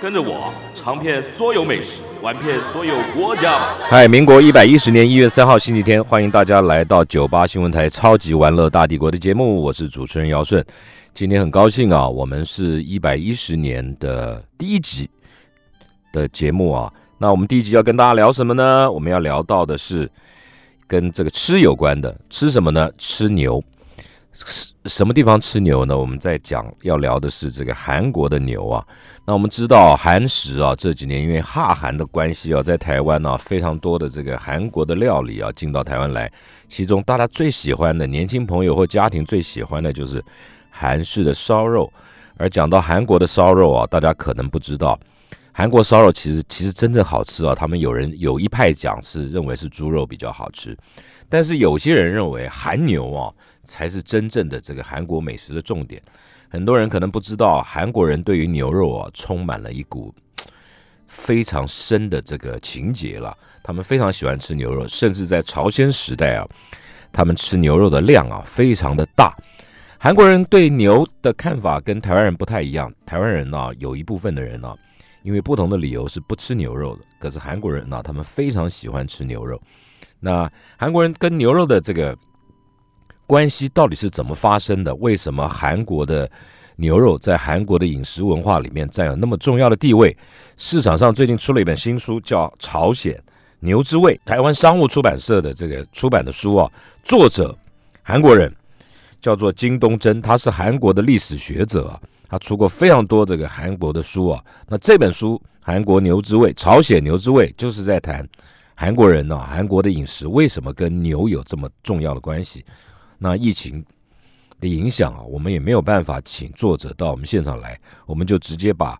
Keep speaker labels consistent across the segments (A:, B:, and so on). A: 跟着我尝遍所有美食，玩遍所有国家吧。
B: 嗨，民国一百一十年一月三号星期天，欢迎大家来到九八新闻台《超级玩乐大帝国》的节目，我是主持人姚顺。今天很高兴啊，我们是一百一十年的第一集的节目啊。那我们第一集要跟大家聊什么呢？我们要聊到的是跟这个吃有关的，吃什么呢？吃牛。吃什么地方吃牛呢？我们在讲要聊的是这个韩国的牛啊。那我们知道韩食啊，这几年因为哈韩的关系啊，在台湾呢、啊、非常多的这个韩国的料理啊进到台湾来，其中大家最喜欢的年轻朋友或家庭最喜欢的就是韩式的烧肉。而讲到韩国的烧肉啊，大家可能不知道，韩国烧肉其实其实真正好吃啊，他们有人有一派讲是认为是猪肉比较好吃，但是有些人认为韩牛啊才是真正的这个韩国美食的重点。很多人可能不知道，韩国人对于牛肉啊，充满了一股嘖非常深的这个情结了。他们非常喜欢吃牛肉，甚至在朝鲜时代啊，他们吃牛肉的量啊非常的大。韩国人对牛的看法跟台湾人不太一样，台湾人呢、有一部分的人呢、因为不同的理由是不吃牛肉的，可是韩国人呢、他们非常喜欢吃牛肉。那韩国人跟牛肉的这个关系到底是怎么发生的？为什么韩国的牛肉在韩国的饮食文化里面占有那么重要的地位？市场上最近出了一本新书，叫《朝鲜牛之味》，台湾商务出版社的这个出版的书啊，作者韩国人，叫做金东真，他是韩国的历史学者啊，他出过非常多这个韩国的书啊。那这本书《韩国牛之味》《朝鲜牛之味》，就是在谈韩国人呢、韩国的饮食为什么跟牛有这么重要的关系。那疫情的影响啊，我们也没有办法请作者到我们现场来，我们就直接把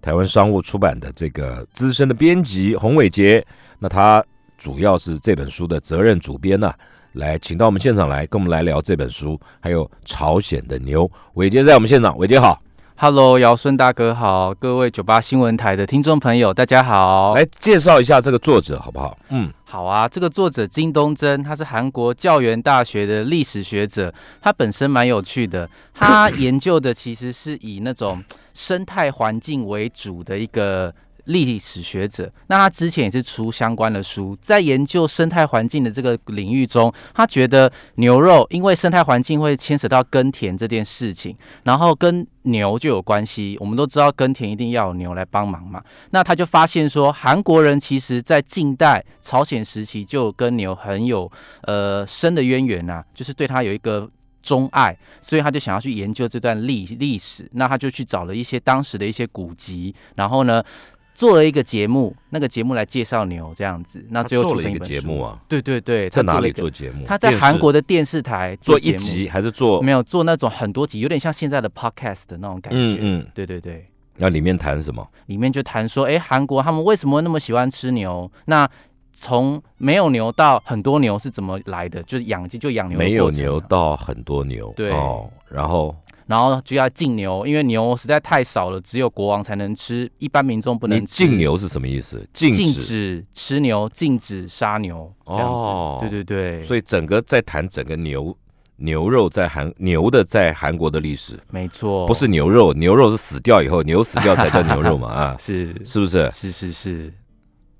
B: 台湾商务出版的这个资深的编辑洪伟杰，那他主要是这本书的责任主编呢、来请到我们现场来，跟我们来聊这本书，还有朝鲜的牛。伟杰在我们现场，伟杰好，
C: Hello，姚顺大哥好，各位九八新闻台的听众朋友，大家好。
B: 来介绍一下这个作者好不好？嗯，
C: 好啊，这个作者金东真，他是韩国教员大学的历史学者，他本身蛮有趣的，他研究的其实是以那种生态环境为主的一个。历史学者，那他之前也是出相关的书，在研究生态环境的这个领域中，他觉得牛肉因为生态环境会牵扯到耕田这件事情，然后跟牛就有关系。我们都知道耕田一定要有牛来帮忙嘛，那他就发现说，韩国人其实在近代朝鲜时期就跟牛很有呃深的渊源呐、就是对他有一个。钟爱，所以他就想要去研究这段历历史。那他就去找了一些当时的一些古籍，然后呢，做了一个节目，那个节目来介绍牛这样子。那最后
B: 做
C: 组
B: 了
C: 成
B: 一个
C: 本
B: 节
C: 书
B: 目。啊，
C: 对对对，
B: 在
C: 他做
B: 哪
C: 了
B: 里
C: 一个
B: 做节目？
C: 他在
B: 电视
C: 韩国的电视台
B: 做
C: 节
B: 一
C: 目，
B: 集还是做？
C: 没有做那种很多集，有点像现在的 podcast 的那种感
B: 嗯
C: 觉。
B: 嗯，
C: 对对对。
B: 那里面谈什么？
C: 里面就谈说，诶，韩国他们为什么那么喜欢吃牛？那从没有牛到很多牛是怎么来的？就是养鸡就养牛的
B: 没有
C: 过程啊
B: 牛到很多牛，
C: 对
B: 哦，然后
C: 然后就要禁牛，因为牛实在太少了，只有国王才能吃，一般民众不
B: 你
C: 能吃。
B: 禁，牛是什么意思？禁止，
C: 禁止吃牛，禁止杀牛，这样子。
B: 哦
C: 对对对，
B: 所
C: 以
B: 以整个在谈整个牛牛肉在韩牛的在韩国的历史，
C: 没错，
B: 不是牛肉，牛肉是死掉以后，牛死掉才叫牛 肉嘛啊，
C: 是
B: 是不是？
C: 是是是，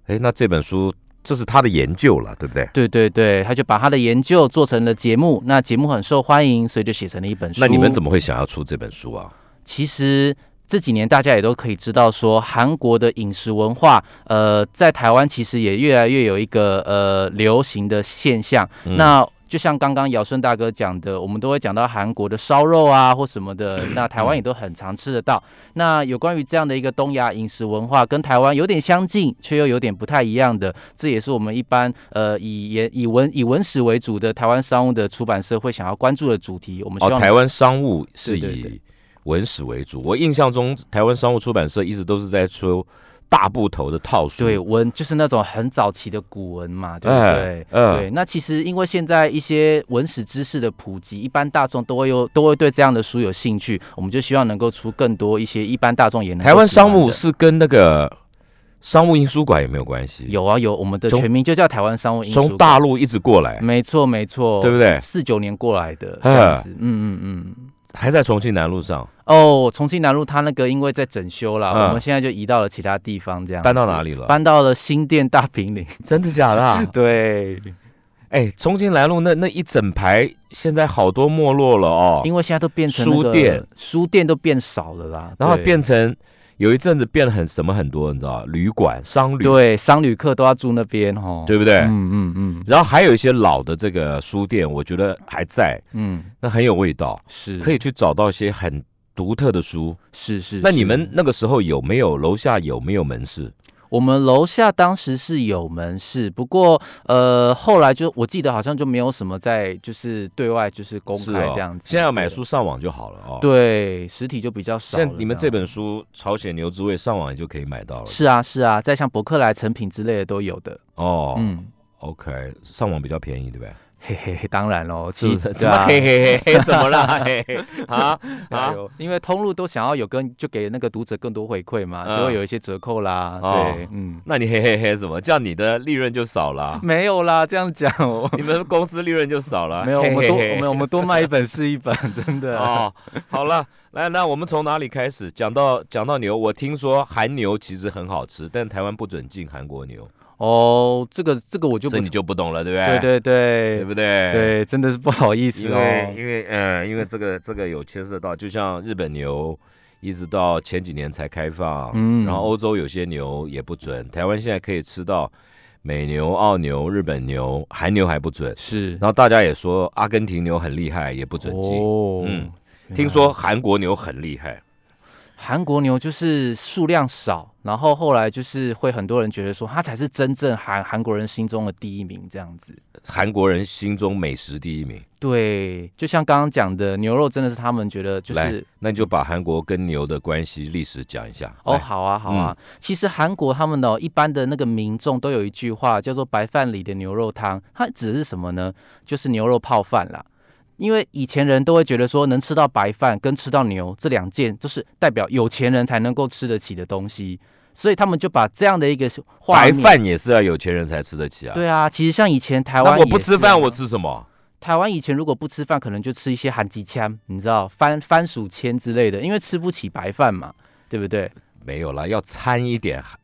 B: 哎，那这本书这是他的研究了，对不对？
C: 对对对，他就把他的研究做成了节目，那节目很受欢迎，所以就写成了一本书。
B: 那你们怎么会想要出这本书啊？
C: 其实这几年大家也都可以知道说，韩国的饮食文化，呃，在台湾其实也越来越有一个呃流行的现象。那就像刚刚姚顺大哥讲的，我们都会讲到韩国的烧肉啊或什么的，那台湾也都很常吃得到。那有关于这样的一个东亚饮食文化，跟台湾有点相近，却又有点不太一样的，这也是我们一般呃以研以文以文史为主的台湾商务的出版社会想要关注的主题。我们希
B: 哦，
C: 望
B: 台湾商务是
C: 对对
B: 以文史为主，我印象中台湾商务出版社一直都是在出大部头的套书，
C: 对，文就是那种很早期的古文嘛，对不
B: 哎
C: 对？
B: 嗯
C: 对，那其实因为现在一些文史知识的普及，一般大众都会有都会对这样的书有兴趣，我们就希望能够出更多一些一般大众也能够
B: 台湾
C: 喜欢
B: 商务
C: 的
B: 是跟那个商务印书馆有没有关系？，
C: 有啊有，我们的
B: 从
C: 全名就叫台湾商务印书
B: 从
C: 馆
B: 大陆一直过来，
C: 没错没错，
B: 对不对
C: 四九年过来的这
B: 哎
C: 样子，嗯嗯嗯。
B: 还在重庆南路上，
C: 哦，重庆南路它那个因为在整修啦，
B: 嗯
C: 我们现在就移到了其他地方，这样
B: 搬到哪里了？
C: 嗯搬到了新店大平林。？
B: 真的假的、啊
C: 对，
B: 哎，重庆南路那那一整排，现在好多没落了哦。
C: 因为现在都变成
B: 书
C: 那个
B: 店，
C: 书店都变少了啦，
B: 然后
C: 对
B: 变成有一阵子变得很什么很多，你知道，旅馆、商旅，
C: 对商旅客都要住那边哦。
B: 对不对？
C: 嗯嗯嗯
B: 然后还有一些老的这个书店，我觉得还在，
C: 嗯，
B: 那很有味道，
C: 是
B: 可以去找到一些很独特的书。
C: 是是。
B: 那你
C: 是
B: 们那个时候有没有楼下有没有门市？
C: 我们楼下当时是有门市，不过呃后来就我记得好像就没有什么在就是对外就是啊公
B: 是
C: 开
B: 哦
C: 这样子。
B: 现在要买
C: 对
B: 书上网就好了哦。，
C: 对实体就比较少
B: 现
C: 了样。
B: 在你们这哦本书《朝鲜牛之味》上网也就可以买到了。
C: 是啊，是啊，在像博客来、成品之类的都有的。
B: 哦、
C: 嗯，
B: o k 上网比较便宜，对不对？
C: 嘿嘿嘿，当然喽，
B: 是
C: 其
B: 不
C: 实
B: 是？
C: 啊
B: 什么嘿
C: 嘿。
B: 嘿嘿 嘿？怎么了？嘿嘿啊
C: 啊
B: 啊！，
C: 因为通路都想要有跟，就给那个读者更多回馈嘛，
B: 嗯
C: 就会有一些折扣啦。
B: 哦
C: 对，嗯，，
B: 那你嘿嘿嘿怎么？这样你的利润就少了啊
C: 没有啦，这样讲 我
B: 你们公司利润就少了啊。
C: 没有，我
B: 嘿
C: 们
B: 嘿
C: 多
B: 嘿
C: 我们我们多卖一本是一本， 真的。
B: 哦，好了，来，那我们从哪里开始？讲到讲到牛，我听说韩牛其实很好吃，但台湾不准进韩国牛，
C: 哦，这个这个我就不
B: 这你就不懂了，对不
C: 对
B: 对？
C: 对对
B: 对不对？。
C: 对，真的是不好意思
B: 因
C: 哦。
B: 为因为呃，因为这个这个有牵涉到，就像日本牛，一直到前几年才开放，
C: 嗯
B: 然后欧洲有些牛也不准，台湾现在可以吃到美牛、澳牛、日本牛、韩牛还不准，
C: 是
B: 然后大家也说阿根廷牛很厉害，也不准进，
C: 哦，
B: 嗯，听说韩国牛很厉害，
C: 韩国牛就是数量少，然后后来就是会很多人觉得说，它才是真正韩韩国人心中的第一名这样子。
B: 韩国人心中美食第一名，
C: 对，就像刚刚讲的，牛肉真的是他们觉得就
B: 来
C: 是。，
B: 那你就把韩国跟牛的关系历史讲一下，
C: 哦，
B: 来嗯
C: 好啊，好啊。其实韩国他们呢，一般的那个民众都有一句话叫做“白饭里的牛肉汤”，它指的是什么呢？就是牛肉泡饭啦。因为以前人都会觉得说，能吃到白饭跟吃到牛这两件，就是代表有钱人才能够吃得起的东西，所以他们就把这样的一个画
B: 白
C: 面
B: 饭也是要有钱人才吃得起啊，
C: 对啊，其实像以前台湾
B: 那
C: 也是啊，
B: 我不吃饭我吃什么？
C: 台湾以前如果不吃饭，可能就吃一些韩吉枪，你知道番番薯签之类的，因为吃不起白饭嘛，对不对？
B: 没有啦，要掺一点韩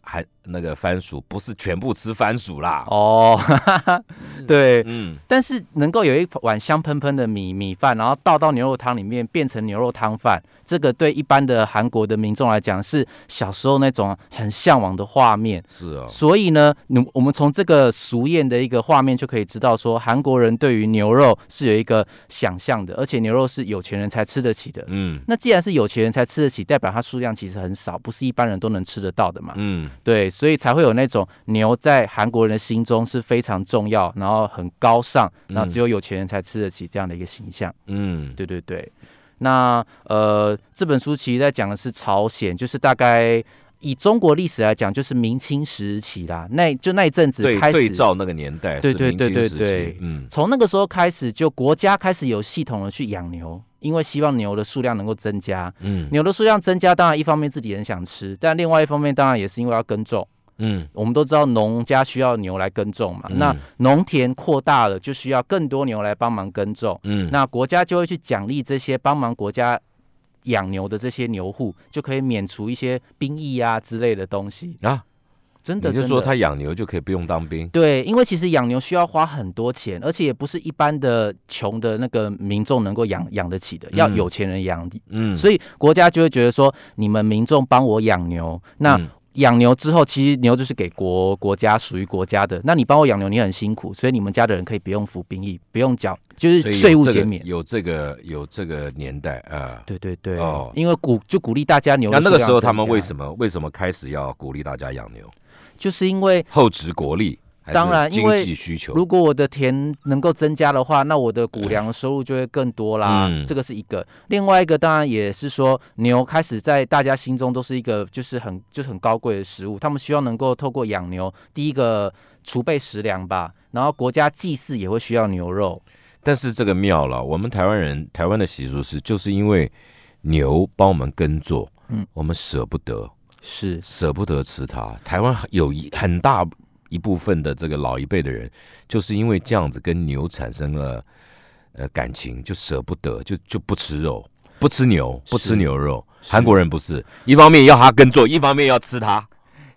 B: 韩那个番薯，不是全部吃番薯啦。
C: 哦，哈哈哈，对，
B: 嗯，
C: 但是能够有一碗香喷喷的米米饭，然后倒到牛肉汤里面变成牛肉汤饭，这个对一般的韩国的民众来讲是小时候那种很向往的画面。
B: 是哦，
C: 所以呢，你我们从这个俗谚的一个画面就可以知道说，韩国人对于牛肉是有一个想象的，而且牛肉是有钱人才吃得起的。
B: 嗯
C: 那既然是有钱人才吃得起，代表它数量其实很少，不是一般人都能吃得到的嘛。
B: 嗯，
C: 对，所以才会有那种牛在韩国人的心中是非常重要，然后很高尚，
B: 嗯
C: 然后只有有钱人才吃得起这样的一个形象。
B: 嗯，
C: 对对对。那呃，这本书其实在讲的是朝鲜，就是大概以中国历史来讲，就是明清时期啦，那就那一阵子
B: 对
C: 开
B: 对
C: 始。
B: 照那个年代，
C: 对对
B: 是明清
C: 对对
B: 时期
C: 对
B: 嗯
C: 从那个时候开始，就国家开始有系统的去养牛，因为希望牛的数量能够增加。
B: 嗯
C: 牛的数量增加，当然一方面自己很想吃，但另外一方面当然也是因为要耕种。
B: 嗯
C: 我们都知道农家需要牛来耕种嘛，
B: 嗯
C: 那农田扩大了，就需要更多牛来帮忙耕种。
B: 嗯，
C: 那国家就会去奖励这些帮忙国家养牛的这些牛户，就可以免除一些兵役啊之类的东西。
B: 啊，
C: 真的，
B: 你就
C: 真
B: 说
C: 的
B: 他养牛就可以不用当兵，
C: 对，因为其实养牛需要花很多钱，而且也不是一般的穷的那个民众能够养养得起的，要
B: 嗯
C: 有钱人养。
B: 嗯，
C: 所以国家就会觉得说，你们民众帮我养牛，那
B: 嗯
C: 养牛之后，其实牛就是给国国家属于国家的。那你帮我养牛，你很辛苦，所以你们家的人可以不用服兵役，不用缴，就
B: 所
C: 是
B: 以有
C: 税务
B: 这个
C: 减免。
B: 有这个有这个年代啊。
C: 对对对，
B: 哦
C: 因为鼓就鼓励大家牛的
B: 那
C: 数
B: 那个
C: 量增加。
B: 时候他们为
C: 么？
B: 什么为什么开始要鼓励大家养牛？
C: 就是因为
B: 厚植国力，还是
C: 当然因
B: 经
C: 为
B: 济需求，
C: 如果我的田能够增加的话，那我的谷粮收入就会更多啦。
B: 嗯
C: 这个是一个。另外一个当然也是说，牛开始在大家心中都是一个就是很就是很高贵的食物，他们希望能够透过养牛，第一个储备食粮吧，然后国家祭祀也会需要牛肉。
B: 但是这个妙了，我们台湾人台湾的习俗是，就是因为牛帮我们耕作，
C: 嗯，
B: 我们舍不得，
C: 是
B: 舍不得吃它。台湾有一很大一部分的这个老一辈的人，就是因为这样子跟牛产生了呃感情，就舍不得，就就不吃肉，不吃牛，不吃
C: 是
B: 牛肉。
C: 是
B: 韩国人不是，一方面要他耕作，一方面要吃它。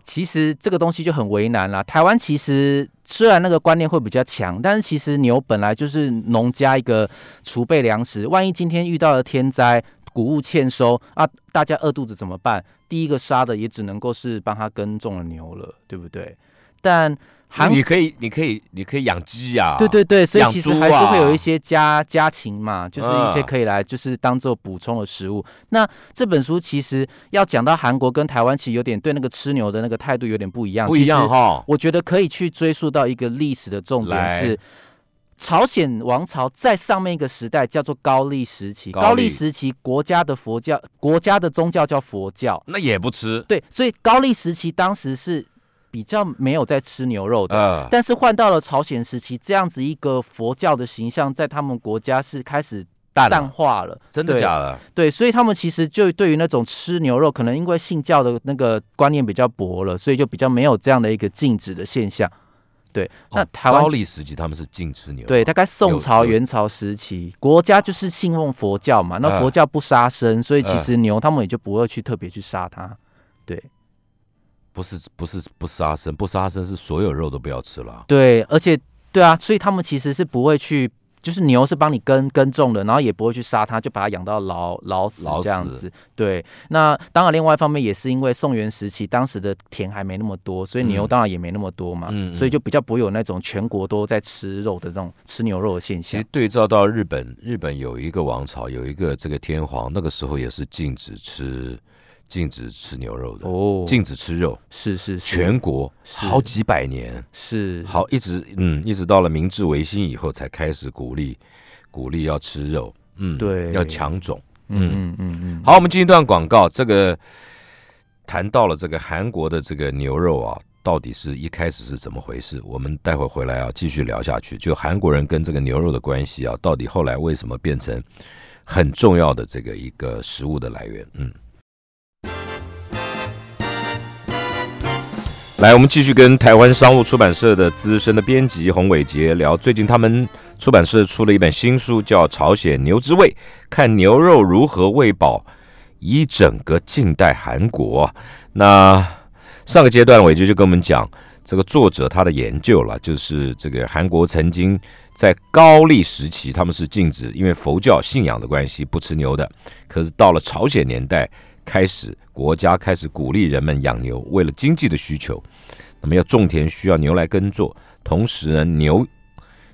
C: 其实这个东西就很为难啦。台湾其实虽然那个观念会比较强，但是其实牛本来就是农家一个储备粮食，万一今天遇到了天灾，谷物欠收啊，大家饿肚子怎么办？第一个杀的也只能够是帮他耕种了牛了，对不对？但
B: 啊
C: 韩
B: 你可以，你可以，你可以养鸡呀、
C: 对对对，所以其实
B: 养猪
C: 还是会有
B: 啊
C: 一些家家禽嘛，就是一些
B: 嗯
C: 可以来就是当做补充的食物。那这本书其实要讲到韩国跟台湾，其实有点对那个吃牛的那个态度有点不一样，
B: 不一样。哈。
C: 我觉得可以去追溯到一个历史的重点
B: 来
C: 是，朝鲜王朝在上面一个时代叫做高丽时期。
B: 高
C: 高
B: 丽
C: 丽时期国家的佛教，国家的宗教叫佛教。
B: 那也不吃，
C: 对，所以高丽时期当时是比较没有在吃牛肉的。
B: 呃，
C: 但是换到了朝鲜时期，这样子一个佛教的形象，在他们国家是开始
B: 淡
C: 淡
B: 了，
C: 化了。
B: 真的
C: 对
B: 假的？
C: 对，所以他们其实就对于那种吃牛肉，可能因为信教的那个观念比较薄了，所以就比较没有这样的一个禁止的现象。对，那
B: 哦
C: 台湾、
B: 高丽时期他们是禁吃牛，
C: 对，，大概宋
B: 有
C: 朝、
B: 有
C: 元朝时期，国家就是信奉佛教嘛，那
B: 嗯
C: 佛教不杀生，所以其
B: 嗯
C: 实牛他们也就不会去特别去杀它。对
B: 不是不是不杀生，不杀生是所有肉都不要吃了。啊
C: 对，而且对啊，所以他们其实是不会去。就是牛是帮你耕耕种的，然后也不会去杀它，就把它养到老老死
B: 老
C: 这样
B: 死
C: 子。对，那当然，另外一方面也是因为宋元时期当时的田还没那么多，所以
B: 嗯
C: 牛当然也没那么多嘛，
B: 嗯嗯
C: 所以就比较不会有那种全国都在吃肉的那种吃牛肉的现
B: 其
C: 象
B: 实。对照到日本，日本有一个王朝，有一个这个天皇，那个时候也是禁止吃禁止吃牛肉的，
C: 哦，
B: 禁止吃肉，
C: 是是是
B: 全国
C: 是
B: 好几百年，
C: 是
B: 好一直嗯一直到了明治维新以后才开始鼓励鼓励要吃肉，嗯，
C: 对
B: 要强种。
C: 嗯嗯嗯嗯，
B: 好，我们进一段广告。这个谈到了这个韩国的这个牛肉啊，到底是一开始是怎么回事？我们待会儿回来啊，继续聊下去。就韩国人跟这个牛肉的关系啊，到底后来为什么变成很重要的这个一个食物的来源？嗯。来，我们继续跟台湾商务出版社的资深的编辑洪伟杰聊，最近他们出版社出了一本新书，叫《朝鲜牛之味》，看牛肉如何喂饱以整个近代韩国。啊那上个阶段，伟杰就跟我们讲这个作者他的研究了，就是这个韩国曾经在高丽时期，他们是禁止因为佛教信仰的关系不吃牛的，可是到了朝鲜年代开始，国家开始鼓励人们养牛，为了经济的需求，那么要种田需要牛来耕作，同时呢牛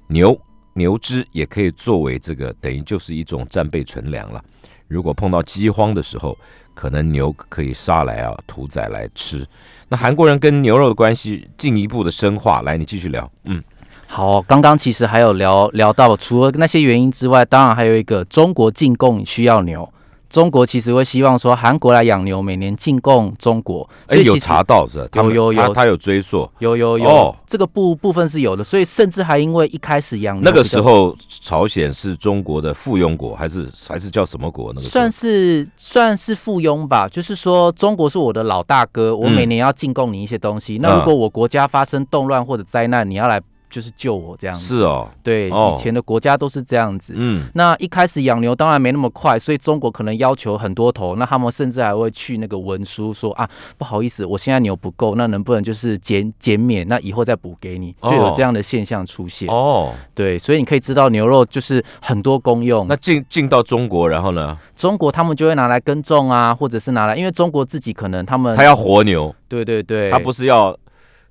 B: 牛。牛只也可以作为这个，等于就是一种战备存粮了。如果碰到饥荒的时候，可能牛可以杀来啊，屠宰来吃。那韩国人跟牛肉的关系进一步的深化，来，你继续聊。嗯，
C: 好，刚刚其实还有聊聊到，除了那些原因之外，当然还有一个中国进贡需要牛。中国其实会希望说韩国来养牛，每年进贡中国。
B: 哎，
C: 所以
B: 有
C: 其实
B: 查到是吧？他们
C: 有有
B: 他
C: 有
B: 他有追溯。
C: 有有有，
B: 哦
C: 这个部部分是有的，所以甚至还因为一开始养牛
B: 那个
C: 比较
B: 时候，朝鲜是中国的附庸国，还是还是叫什么国？那个时候
C: 算是算是附庸吧，就是说中国是我的老大哥，我
B: 嗯
C: 每年要进贡你一些东西。那如果我国家发生动乱或者灾难，你要来就是救我这样子。
B: 是哦，
C: 对，
B: 哦
C: 以前的国家都是这样子。
B: 嗯，
C: 那一开始养牛当然没那么快，所以中国可能要求很多头，那他们甚至还会去那个文书说啊，不好意思，我现在牛不够，那能不能就是减减免，那以后再补给你，
B: 哦
C: 就有这样的现象出现。
B: 哦，
C: 对，所以你可以知道牛肉就是很多功用。
B: 那进进到中国，然后呢，
C: 中国他们就会拿来耕种啊，或者是拿来，因为中国自己可能他们
B: 他要活牛，
C: 对对嗯对，
B: 他不是要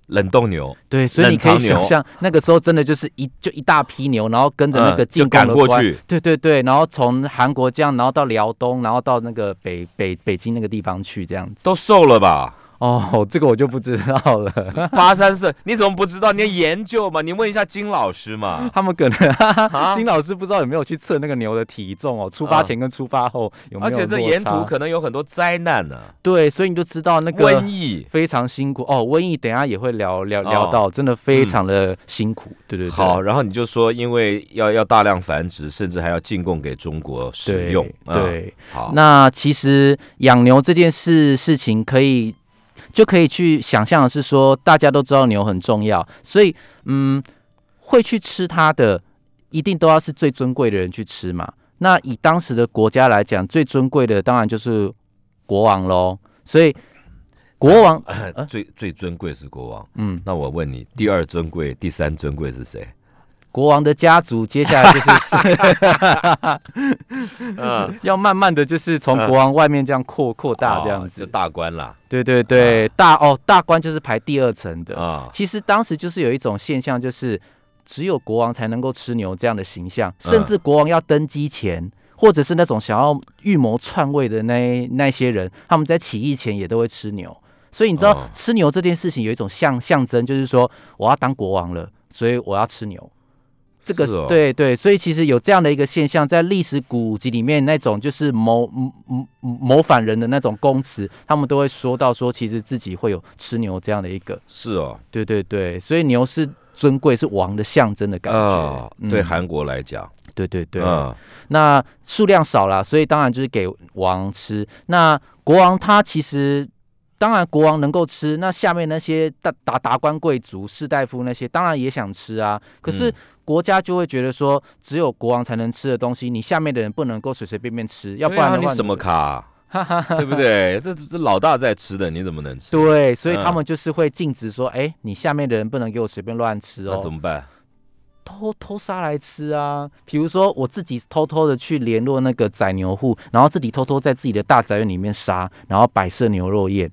B: 冷冻牛，
C: 对，所以你可
B: 冷
C: 以
B: 藏牛
C: 想象那个时候真的就是一就一大批牛，然后跟着那
B: 嗯就
C: 个进贡
B: 赶
C: 的
B: 过
C: 官
B: 去，
C: 对对对，然后从韩国这样，然后到辽东，然后到那个北北北京那个地方去这样子。
B: 都瘦了吧？
C: 哦， 这个我就不知道了。
B: 八三四，你怎么不知道？你要研究嘛，你问一下金老师嘛。
C: 他们可能
B: 啊
C: 金老师不知道有没有去测那个牛的体重哦，出发前跟出发后有没
B: 而
C: 有
B: 且这
C: 落
B: 沿途
C: 差
B: 可能有很多灾难啊呢、
C: 对，所以你就知道那
B: 瘟
C: 个
B: 疫。
C: 非常辛苦哦。瘟疫等一下也会聊聊
B: 哦
C: 聊到，真的非常的辛苦。对对对，
B: 好，然后你就说，因为要要大量繁殖，甚至还要进贡给中国使
C: 对
B: 用。啊
C: 对。
B: 好，
C: 那其实养牛这件事事情，可以就可以去想象的是说，大家都知道牛很重要，所以嗯，会去吃它的，一定都要是最尊贵的人去吃嘛。那以当时的国家来讲，最尊贵的当然就是国王喽。所以国王，
B: 那 最最尊贵是国王。
C: 嗯，
B: 那我问你，第二尊贵、第三尊贵是谁？
C: 国王的家族接下来就是
A: 嗯，
C: 要慢慢的就是从国王外面这样扩扩大这样
B: 哦就
C: 子。
B: 大官啦。
C: 对对对，大哦大官就是排第二层的。
B: 啊，
C: 其实当时就是有一种现象，就是只有国王才能够吃牛这样的形象，甚至国王要登基前，或者是那种想要预谋篡位的那那些人，他们在起义前也都会吃牛。所以你知道、
B: 哦
C: 吃牛这件事情有一种象象征，就是说我要当国王了，所以我要吃牛。这个
B: 是哦
C: 对对，所以其实有这样的一个现象，在历史古籍里面，那种就是谋谋谋谋反人的那种供词，他们都会说到说，其实自己会有吃牛这样的一个
B: 是哦，
C: 对对对，所以牛是尊贵，是王的象征的感觉。
B: 哦
C: 嗯
B: 对韩国来讲，
C: 对对对，
B: 嗯
C: 那数量少啦，所以当然就是给王吃。那国王他其实。当然，国王能够吃，那下面那些达达达官贵族、士大夫那些，当然也想吃啊。可是
B: 嗯
C: 国家就会觉得说，只有国王才能吃的东西，你下面的人不能够随随便便吃，要不
B: 对啊
C: 然的话
B: 你怎么卡？对不对？ 这这老大在吃的，你怎么能吃？，
C: 对，所以他
B: 嗯
C: 们就是会禁止说，哎、你下面的人不能给我随便乱吃哦。
B: 那怎么办？
C: 偷偷杀来吃啊。比如说我自己偷偷的去联络那个宰牛户，然后自己偷偷在自己的大宅院里面杀，然后摆设牛肉宴。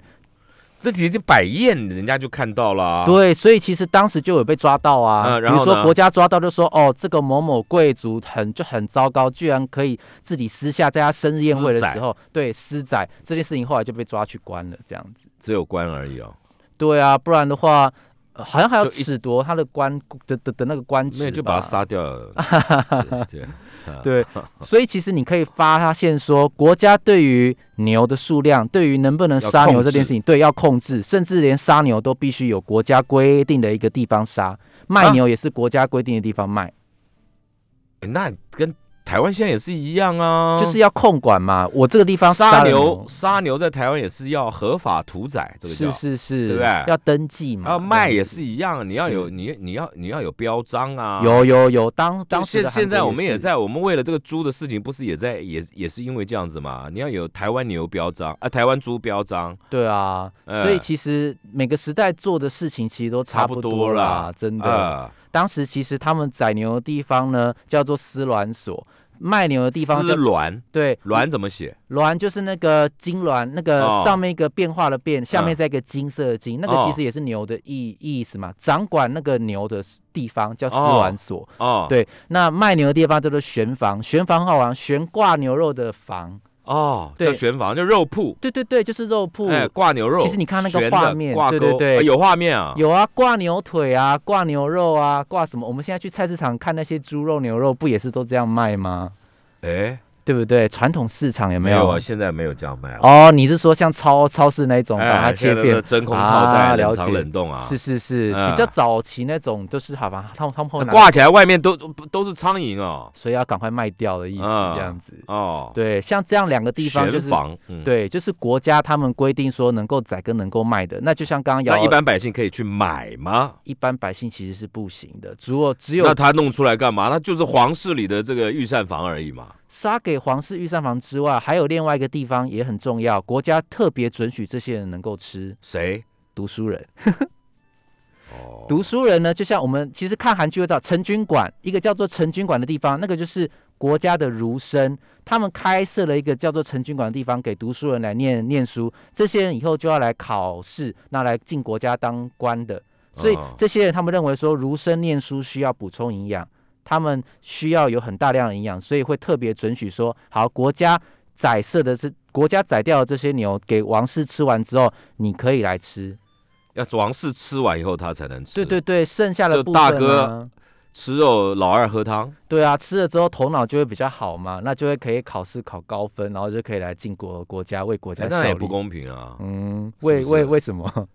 B: 这直接摆宴，人家就看到了啊。
C: 对，所以其实当时就有被抓到啊。
B: 嗯然后呢
C: 比如说国家抓到就说，哦，这个某某贵族很就很糟糕，居然可以自己私下在他生日宴会的时候，对私宰这件事情，后来就被抓去关了，这样子。
B: 只有官而已哦，
C: 对啊，不然的话。呃好像还要
B: 就一
C: 褫夺他的官的的的那个官职吧，
B: 那就把他杀掉了。对， 对
C: 对，所以其实你可以发现说，国家对于牛的数量，对于能不能杀牛这件事情，对要控制，甚至连杀牛都必须有国家规定的一个地方杀，卖
B: 啊
C: 牛也是国家规定的地方卖，
B: 诶那跟台湾现在也是一样啊，
C: 就是要控管嘛。我这个地方杀
B: 杀
C: 了
B: 牛，杀牛在台湾也是要合法屠宰，这个
C: 是嗯
B: 叫。
C: 是是，
B: 对不对
C: 要登记嘛，
B: 啊，卖也
C: 这
B: 是一样，你要有你你要你要有标章啊。
C: 样子。有有有，当当时
B: 现
C: 的
B: 现在
C: 韩国
B: 我们
C: 也
B: 也
C: 是，
B: 在，我们为了这个猪的事情，不是也在也也是因为这样子嘛？你要有台湾牛标章啊，台湾猪标章，
C: 对啊，
B: 呃
C: 所以其实每个时代做的事情其实都
B: 差
C: 差
B: 不
C: 不
B: 多
C: 多
B: 啦
C: 啦，真的。
B: 啊，
C: 当时其实他们宰牛的地方呢叫做丝卵所，卖牛的地方
B: 丝
C: 叫
B: 鸾，
C: 对
B: 鸾怎么写？
C: 卵就是那个金卵，那个
B: 哦
C: 上面一个变化的变，下
B: 嗯
C: 面再一个金色的金，那
B: 哦
C: 个其实也是牛的意意思嘛。掌管那个牛的地方叫丝卵所，
B: 哦，，
C: 对。那卖牛的地方叫做悬房，悬房很好玩，悬挂牛肉的房，
B: 哦，
C: 对
B: 叫悬房，叫肉铺，
C: 对对对，就是肉铺。
B: 哎，挂牛肉。
C: 其实你看那个
B: 悬的
C: 画面
B: 挂
C: 对对
B: 钩
C: 对
B: 啊有画面啊，
C: 有啊，挂牛腿啊，挂牛肉啊，挂什么？我们现在去菜市场看那些猪肉、牛肉，不也是都这样卖吗？
B: 哎，
C: 对不对？传统市场有没
B: 没
C: 有？
B: 有啊，现在没有这样卖了。
C: 哦，你是说像超超市那种把它
B: 哎，
C: 切
B: 现在都是
C: 片？
B: 真空套袋、
C: 啊
B: 冷
C: 了
B: 藏
C: 解
B: 冷冻啊，
C: 是是是，
B: 嗯
C: 比较早期那种，就是好吧，他们他们会
B: 那
C: 拿，
B: 挂起来外面都都都是苍蝇哦，
C: 所以要赶快卖掉的意思，
B: 嗯
C: 这样子。
B: 哦，
C: 对，像这样两个地方就是
B: 悬房，嗯，
C: 对，就是国家他们规定说能够宰跟能够卖的，那就像刚刚
B: 那
C: 姚
B: 一般百姓可以去买吗？
C: 一般百姓其实是不行的，只有只
B: 那
C: 有
B: 他弄出来干嘛？那就是皇室里的这个御膳房而已嘛。
C: 杀给皇室御膳房之外，还有另外一个地方也很重要，国家特别准许这些人能够吃
B: 谁？
C: 读书人。
B: 哦，
C: 读书人呢，就像我们其实看韩剧会知道，陈军馆一个叫做陈军馆的地方，那个就是国家的儒生，他们开设了一个叫做陈军馆的地方，给读书人来念念书。这些人以后就要来考试，那来进国家当官的。所以
B: 哦
C: 这些人他们认为说，儒生念书需要补充营养，他们需要有很大量的营养，所以会特别准许说，好，国家宰设的是国家宰掉的这些牛给王室吃完之后，你可以来吃。
B: 要是王室吃完以后他才能吃。
C: 对对，对，剩下的
B: 就
C: 部分、
B: 大
C: 啊、
B: 哥吃肉老二喝汤。
C: 对啊，吃了之后头脑就会比较好嘛，那就会可以考试考高分，然后就可以来进国国家为国
B: 哎
C: 家效
B: 那
C: 力。
B: 也不公平啊！
C: 嗯，
B: 不
C: 为
B: 是
C: 为为什么？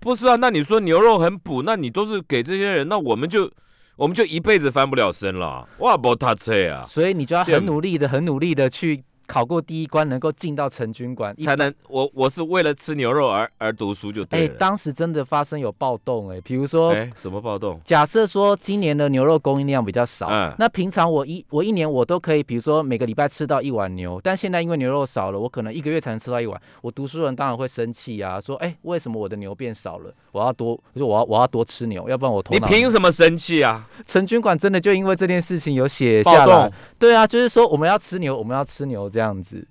B: 不是啊，那你说牛肉很补，那你都是给这些人，那我们就我们就一辈子翻不了身了。哇，不搭车啊，
C: 所以你就要
B: 对
C: 很努力的、很努力的去考过第一关，能够进到成军馆。一
B: 才能我我是为了吃牛肉而而读书就
C: 哎、
B: 对了。
C: 当时真的发生有暴动哎、比如说。
B: 哎，什么暴动？
C: 假设说今年的牛肉供应量比较少，
B: 嗯
C: 那平常我一我一年我都可以，比如说每个礼拜吃到一碗牛，但现在因为牛肉少了，我可能一个月才能吃到一碗。我读书人当然会生气啊，说哎、为什么我的牛变少了？我要多，我说我要我要多吃牛，要不然我头
B: 你
C: 脑。
B: 凭什么生气啊？
C: 陈军馆真的就因为这件事情有写
B: 暴
C: 下来
B: 动，
C: 对啊，就是说我们要吃牛，我们要吃牛这样子，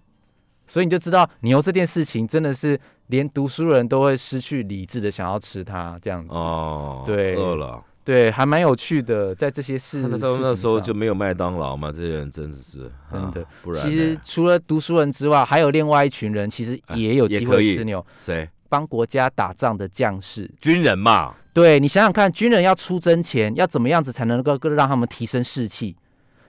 C: 所以你就知道牛这件事情真的是连读书人都会失去理智的想要吃它这样子。
B: 哦，
C: 对
B: 饿了。
C: 对，还蛮有趣的，在这些事。
B: 那他
C: 事
B: 们
C: 情
B: 那时候
C: 上
B: 就没有麦当劳嘛？这些人真的是
C: 真的
B: 啊不然呢
C: 其实除了读书人之外，还有另外一群人，其实也有
B: 哎
C: 机
B: 也可以
C: 会吃牛，
B: 谁
C: 帮国家打仗的将士。
B: 军人嘛？
C: 对你想想看，军人要出征前要怎么样子才能够更让他们提升士气？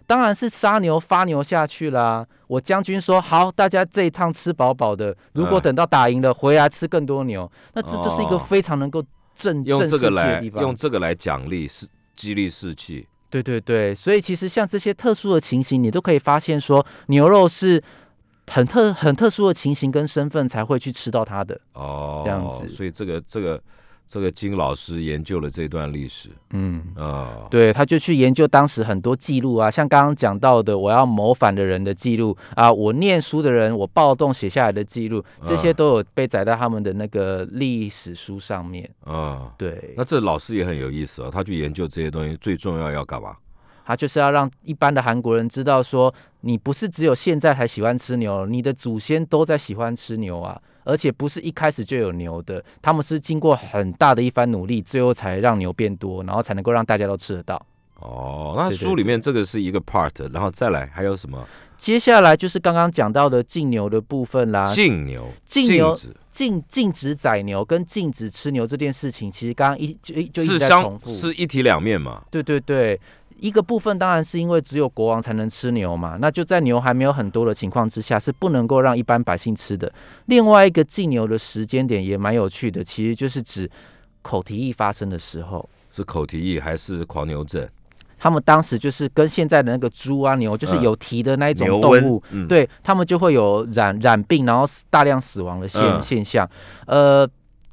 C: 当然是杀牛发牛下去啦。我将军说好，大家这一趟吃饱饱的，如果
B: 哎
C: 等到打赢了回来吃更多牛，那这就是一个
B: 哦
C: 非常能够正
B: 用
C: 正
B: 这
C: 士
B: 个
C: 气的
B: 来
C: 地方。
B: 用这个来奖励士激励士气。
C: 对对对，所以其实像这些特殊的情形，你都可以发现说，牛肉是很特很特殊的情形跟身份才会去吃到它的。
B: 哦，
C: 这样子
B: 所以这个这个这个金老师研究了这段历史
C: 嗯，
B: 啊，
C: 对，他就去研究当时很多记录啊，像刚刚讲到的，我要谋反的人的记录啊，我念书的人，我暴动写下来的记录，这些
B: 嗯
C: 都有被载到他们的那个历史书上面。
B: 啊，
C: 对
B: 那，这老师也很有意思啊，他去研究这些东西，最重要要干嘛？
C: 他就是要让一般的韩国人知道说，你不是只有现在才喜欢吃牛，你的祖先都在喜欢吃牛啊，而且不是一开始就有牛的，他们是经过很大的一番努力，最后才让牛变多，然后才能够让大家都吃得到。
B: 哦，那
C: 对对
B: 书里面这个是一个 part，然后再来还有什么？
C: 接下来就是刚刚讲到的禁牛的部分啦，
B: 禁牛，
C: 禁牛
B: 止
C: 禁禁止宰牛跟禁止吃牛这件事情，其实刚刚一就一就一直
B: 是
C: 在
B: 相
C: 重复，
B: 是一体两面嘛？
C: 对对对，一个部分当然是因为只有国王才能吃牛嘛，那就在牛还没有很多的情况之下，是不能够让一般百姓吃的。另外一个禁牛的时间点也蛮有趣的，其实就是指口蹄疫发生的时候。
B: 是口蹄疫还是狂牛症？
C: 他们当时就是跟现在的那个猪啊牛，就是
B: 嗯
C: 有蹄的那一种
B: 牛
C: 动
B: 瘟
C: 物，
B: 嗯
C: 对他们就会有染染病，然后死大量死亡的现、
B: 嗯
C: 现象。呃，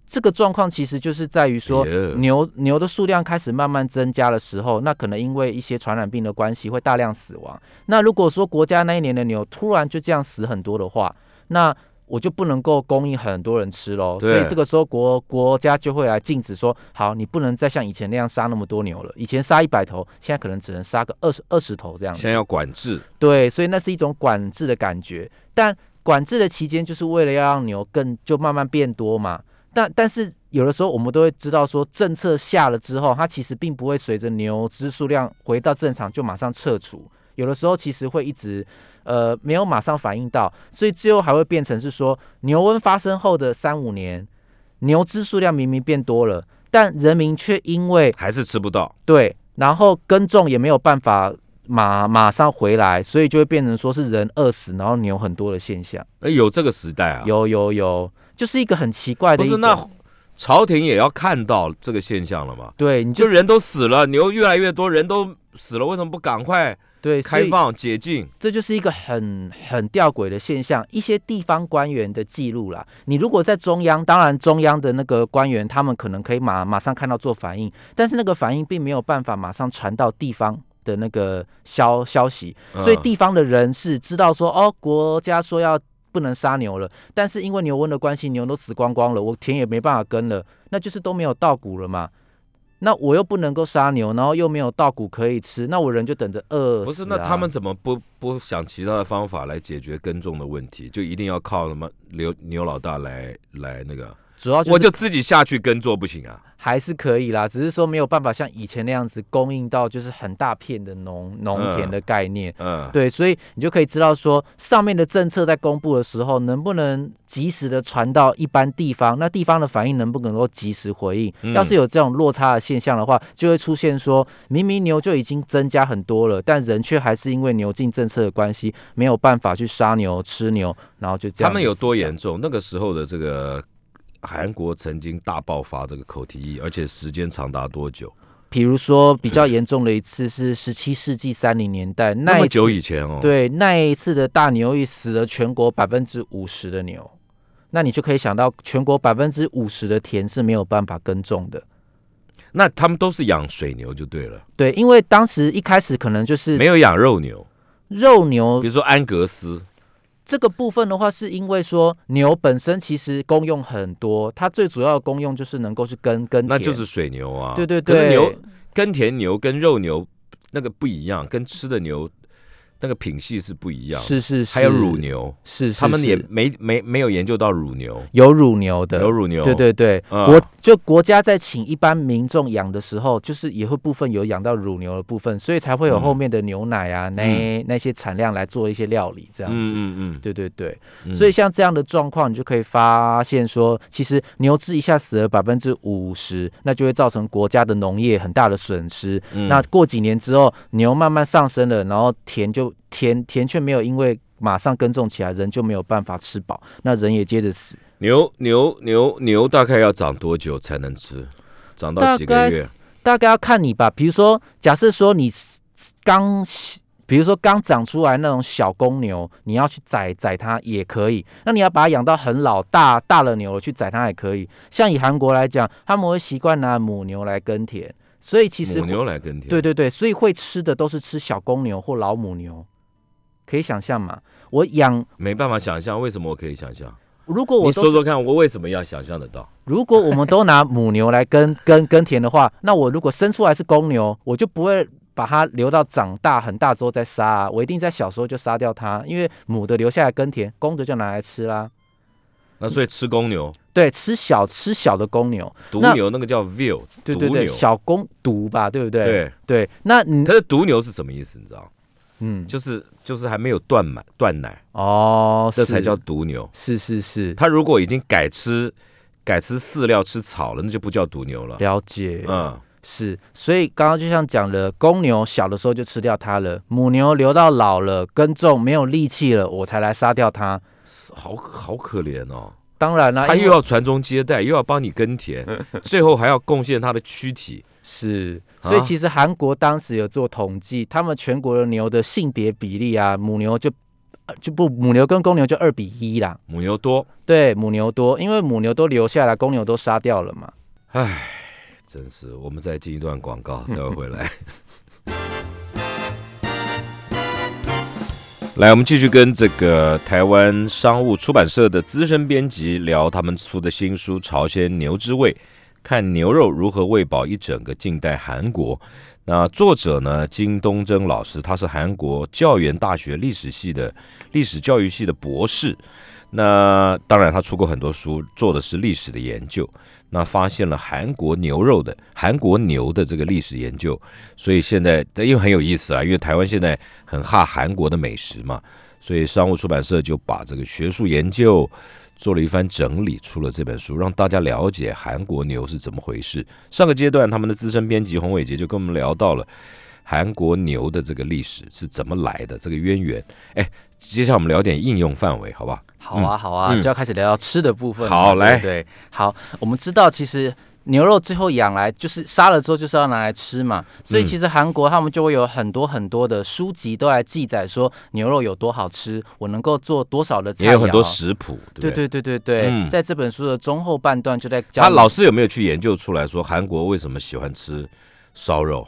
C: 这个状况其实就是在于说
B: 哎呦
C: 牛牛的数量开始慢慢增加的时候，那可能因为一些传染病的关系会大量死亡。那如果说国家那一年的牛突然就这样死很多的话，那我就不能够供应很多人吃喽，所
B: 对
C: 以这个时候国国家就会来禁止说，好，你不能再像以前那样杀那么多牛了。以前杀一百头，现在可能只能杀个二十二十头这样子
B: 现。在要管制，
C: 对，所以那是一种管制的感觉。但管制的期间，就是为了要让牛更就慢慢变多嘛。但但是有的时候我们都会知道说，政策下了之后，它其实并不会随着牛只数量回到正常就马上撤除。有的时候其实会一直，呃，没有马上反应到，所以最后还会变成是说，牛瘟发生后的三五年，牛只数量明明变多了，但人民却因为
B: 还是吃不到。
C: 对，然后耕种也没有办法马马上回来，所以就会变成说是人饿死，然后牛很多的现象。
B: 哎，有这个时代啊，
C: 有有有，就是一个很奇怪的
B: 不
C: 一
B: 是
C: 种。
B: 那朝廷也要看到这个现象了嘛？
C: 对，你
B: 就
C: 就
B: 人都死了，牛越来越多，人都死了，为什么不赶快
C: 对所
B: 开
C: 以
B: 放解禁？
C: 这就是一个很很吊诡的现象，一些地方官员的记录啦。你如果在中央，当然中央的那个官员，他们可能可以马马上看到做反应，但是那个反应并没有办法马上传到地方的那个消消息，所以
B: 嗯
C: 地方的人是知道说，哦，国家说要不能杀牛了，但是因为牛瘟的关系，牛都死光光了，我田也没办法耕了，那就是都没有稻谷了嘛。那我又不能够杀牛，然后又没有稻谷可以吃，那我人就等着饿死、啊。
B: 不是，那他们怎么不不想其他的方法来解决耕种的问题？就一定要靠什么牛牛老大来来那个？
C: 主要就是
B: 我就自己下去耕作不行啊？
C: 还是可以啦，只是说没有办法像以前那样子供应到就是很大片的农农田的概念。
B: 嗯，
C: 对，所以你就可以知道说，上面的政策在公布的时候，能不能及时的传到一般地方，那地方的反应能不能够及时回应？
B: 嗯
C: 要是有这种落差的现象的话，就会出现说，明明牛就已经增加很多了，但人却还是因为牛进政策的关系，没有办法去杀牛吃牛，然后就这样。
B: 他们有多？严重？那个时候的这个韩国曾经大爆发这个口蹄疫，而且时间长达多久？
C: 比如说比较严重的一次是十七世纪三零年代，那
B: 那
C: 一
B: 么
C: 次
B: 久以前哦。，
C: 对，那一次的大牛疫死了全国百分之五十的牛，那你就可以想到全国百分之五十的田是没有办法耕种的。
B: 那他们都是养水牛就对了，
C: 对，因为当时一开始可能就是
B: 没有养肉牛。
C: 肉
B: 比
C: 牛
B: 如说安格斯，
C: 这个部分的话，是因为说牛本身其实功用很多，它最主要的功用就是能够去耕耕田，
B: 那就是水牛啊。
C: 对对
B: 可是
C: 对
B: 牛跟田牛跟肉牛那个不一样，跟吃的牛那个品系是不一样。
C: 是是是，
B: 还有乳牛，
C: 是是是
B: 他们也没没没有研究到乳牛，
C: 有乳牛的，
B: 有乳牛。
C: 对对对，
B: 嗯
C: 国就国家在请一般民众养的时候，就是也会部分有养到乳牛的部分，所以才会有后面的牛奶啊，那那些产量来做一些料理这样子。
B: 嗯嗯
C: 对对对，
B: 嗯，
C: 所以像这样的状况，你就可以发现说，其实牛只一下死了百分之五十，那就会造成国家的农业很大的损失。
B: 嗯
C: 那过几年之后，牛慢慢上升了，然后田就田田却没有因为马上耕种起来，人就没有办法吃饱，那人也接着死。
B: 牛牛牛牛大概要长多久才能吃？长到
C: 大
B: 几个
C: 概
B: 月
C: 是？大概要看你吧。比如说，假设说你是刚，比如说刚长出来那种小公牛，你要去宰宰它也可以。那你要把它养到很老大大了牛了去宰它也可以。像以韩国来讲，他们会习惯拿母牛来耕田，所以其实
B: 母牛来耕田。
C: 对对对，所以会吃的都是吃小公牛或老母牛，可以想象嘛。我养，
B: 没办法想象，为什么我可以想象？
C: 如果
B: 你
C: 我都
B: 说
C: 是
B: 说看，我为什么要想象得到？
C: 如果我们都拿母牛来 耕耕耕田的话，那我如果生出来是公牛，我就不会把它留到长大很大之后再杀、啊，我一定在小时候就杀掉它，因为母的留下来耕田，公的就拿来吃啦。
B: 那所以吃公牛、
C: 对，吃小吃小的公牛，
B: 独
C: 那
B: 牛那个叫 veal，
C: 对对对，
B: 独牛
C: 小公犊吧，对不对？
B: 对。
C: 对，那你
B: 可是独牛是什么意思？你知道？
C: 嗯
B: 就是就是还没有断奶，断奶，
C: 哦，
B: 这才
C: 是
B: 叫独牛。
C: 是是是
B: 它如果已经改吃改吃饲料、吃草了，那就不叫独牛了。
C: 了解，
B: 嗯，
C: 是，所以刚刚就像讲了，公牛小的时候就吃掉它了，母牛留到老了耕种没有力气了，我才来杀掉它。
B: 好好可怜哦。
C: 当然啦、
B: 他
C: 啊因
B: 又
C: 为
B: 要传宗接代，又要帮你耕 田，最后还要贡献他的躯体。
C: 是，
B: 啊
C: 所以其实韩国当时有做统计，他们全国的牛的性别比例啊，母牛就呃就不母牛跟公牛就二比一啦。
B: 母牛多，
C: 对，母牛多，因为母牛都留下来，公牛都杀掉了嘛。
B: 真是。我们再进一段广告，待会儿回来。 来，我们继续跟这个台湾商务出版社的资深编辑聊他们出的新书《朝鲜牛之味》，看牛肉如何喂饱一整个近代韩国。那作者呢，金东征老师，他是韩国教员大学历史系的历史教育系的博士。那当然，他出过很多书，做的是历史的研究。那发现了韩国牛肉的韩国牛的这个历史研究，所以现在因为很有意思啊，因为台湾现在很哈韩国的美食嘛，所以商务出版社就把这个学术研究做了一番整理，出了这本书，让大家了解韩国牛是怎么回事。上个阶段，他们的资深编辑洪伟杰就跟我们聊到了韩国牛的这个历史是怎么来的，这个渊源。哎，接下来我们聊点应用范围，好吧？
C: 好啊，好啊，
B: 嗯
C: 就要开始聊到吃的部分了。
B: 好
C: 对
B: 来
C: 对，好，我们知道其实。牛肉最后养来就是杀了之后就是要拿来吃嘛，所以
B: 嗯
C: 其实韩国他们就会有很多很多的书籍都来记载说牛肉有多好吃，我能够做多少的菜肴，
B: 也有很多食谱，对不
C: 对对对对对，
B: 嗯
C: 在这本书的中后半段就在教
B: 他
C: 你
B: 老师有没有去研究出来说韩国为什么喜欢吃烧肉？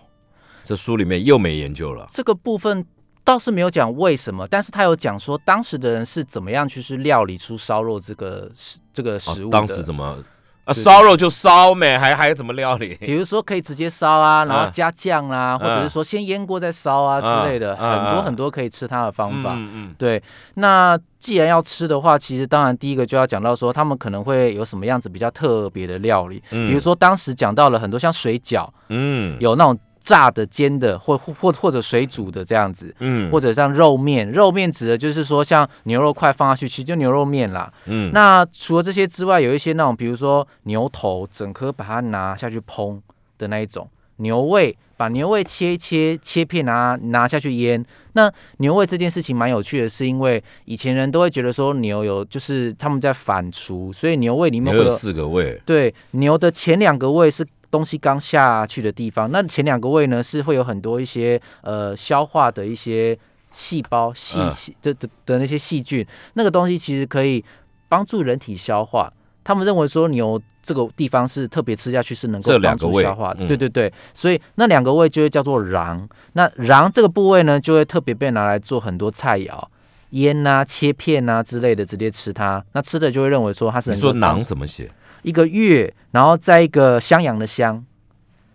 B: 这书里面又没研究了。
C: 这个部分倒是没有讲为什么，但是他有讲说当时的人是怎么样去是料理出烧肉这个食这个食
B: 哦
C: 物的。
B: 当时怎么啊，
C: 对
B: 烧肉就烧呗，还还怎么料 理？
C: 比如说可以直接烧啊，然
B: 嗯
C: 后加酱啊，或者是说先腌过再烧啊
B: 嗯
C: 之类的，
B: 嗯
C: 很多
B: 嗯
C: 很多可以吃它的方法。
B: 嗯
C: 对，那既然要吃的话，其实当然第一个就要讲到说他们可能会有什么样子比较特别的料理，
B: 嗯
C: 比如说当时讲到了很多像水饺，
B: 嗯
C: 有那种炸的、煎的，或或或或者水煮的这样子。
B: 嗯
C: 或者像肉面，肉面指的就是说像牛肉块放下去，其实就牛肉面啦。
B: 嗯
C: 那除了这些之外，有一些那种，比如说牛头整颗把它拿下去烹的那一种，牛胃把牛胃切一切切片拿拿下去腌。那牛胃这件事情蛮有趣的，是因为以前人都会觉得说牛有就是他们在反刍，所以牛胃里面
B: 牛
C: 会有
B: 有四个胃，
C: 对，牛的前两个胃是东西刚下去的地方，那前两个胃呢是会有很多一些呃消化的一些细胞、细
B: 嗯
C: 细的的的那些细菌，那个东西其实可以帮助人体消化。他们认为说牛这个地方是特别吃下去是能够
B: 这两
C: 帮
B: 个
C: 助
B: 胃
C: 消化的，
B: 嗯
C: 对对对，所以那两个胃就会叫做瓤。那瓤这个部位呢，就会特别被拿来做很多菜肴。腌啊、切片啊之类的，直接吃它，那吃的就会认为说它是
B: 你
C: 能够
B: 说
C: 帮
B: 囊怎么写？
C: 一个月，然后再一个襄阳的襄，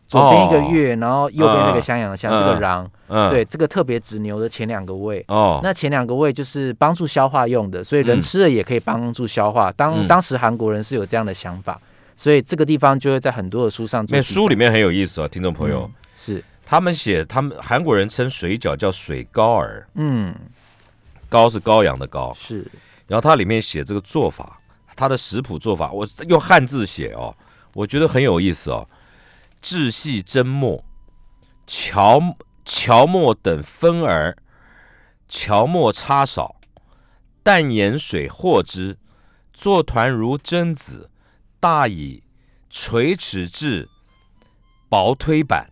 C: 左边一个月，然后右边那个襄阳的襄，
B: 哦嗯
C: 这个瓤，
B: 嗯，
C: 对，这个特别指牛的前两个胃。
B: 哦，
C: 那前两个胃就是帮助消化用的，所以人
B: 嗯
C: 吃了也可以帮助消化。
B: 嗯
C: 当当时韩国人是有这样的想法，所以这个地方就会在很多的书上做
B: 那
C: 记载。
B: 书里面很有意思哦，听众朋友
C: 嗯，是，
B: 他们写他们韩国人称水饺叫水糕儿，
C: 嗯，
B: 糕是羔羊的羔，
C: 是，
B: 然后它里面写这个做法，它的食谱做法，我用汉字写哦，我觉得很有意思哦。制细蒸末，荞荞末等分而，荞末插少，淡盐水和之，做团如榛子，大以垂齿至薄推板，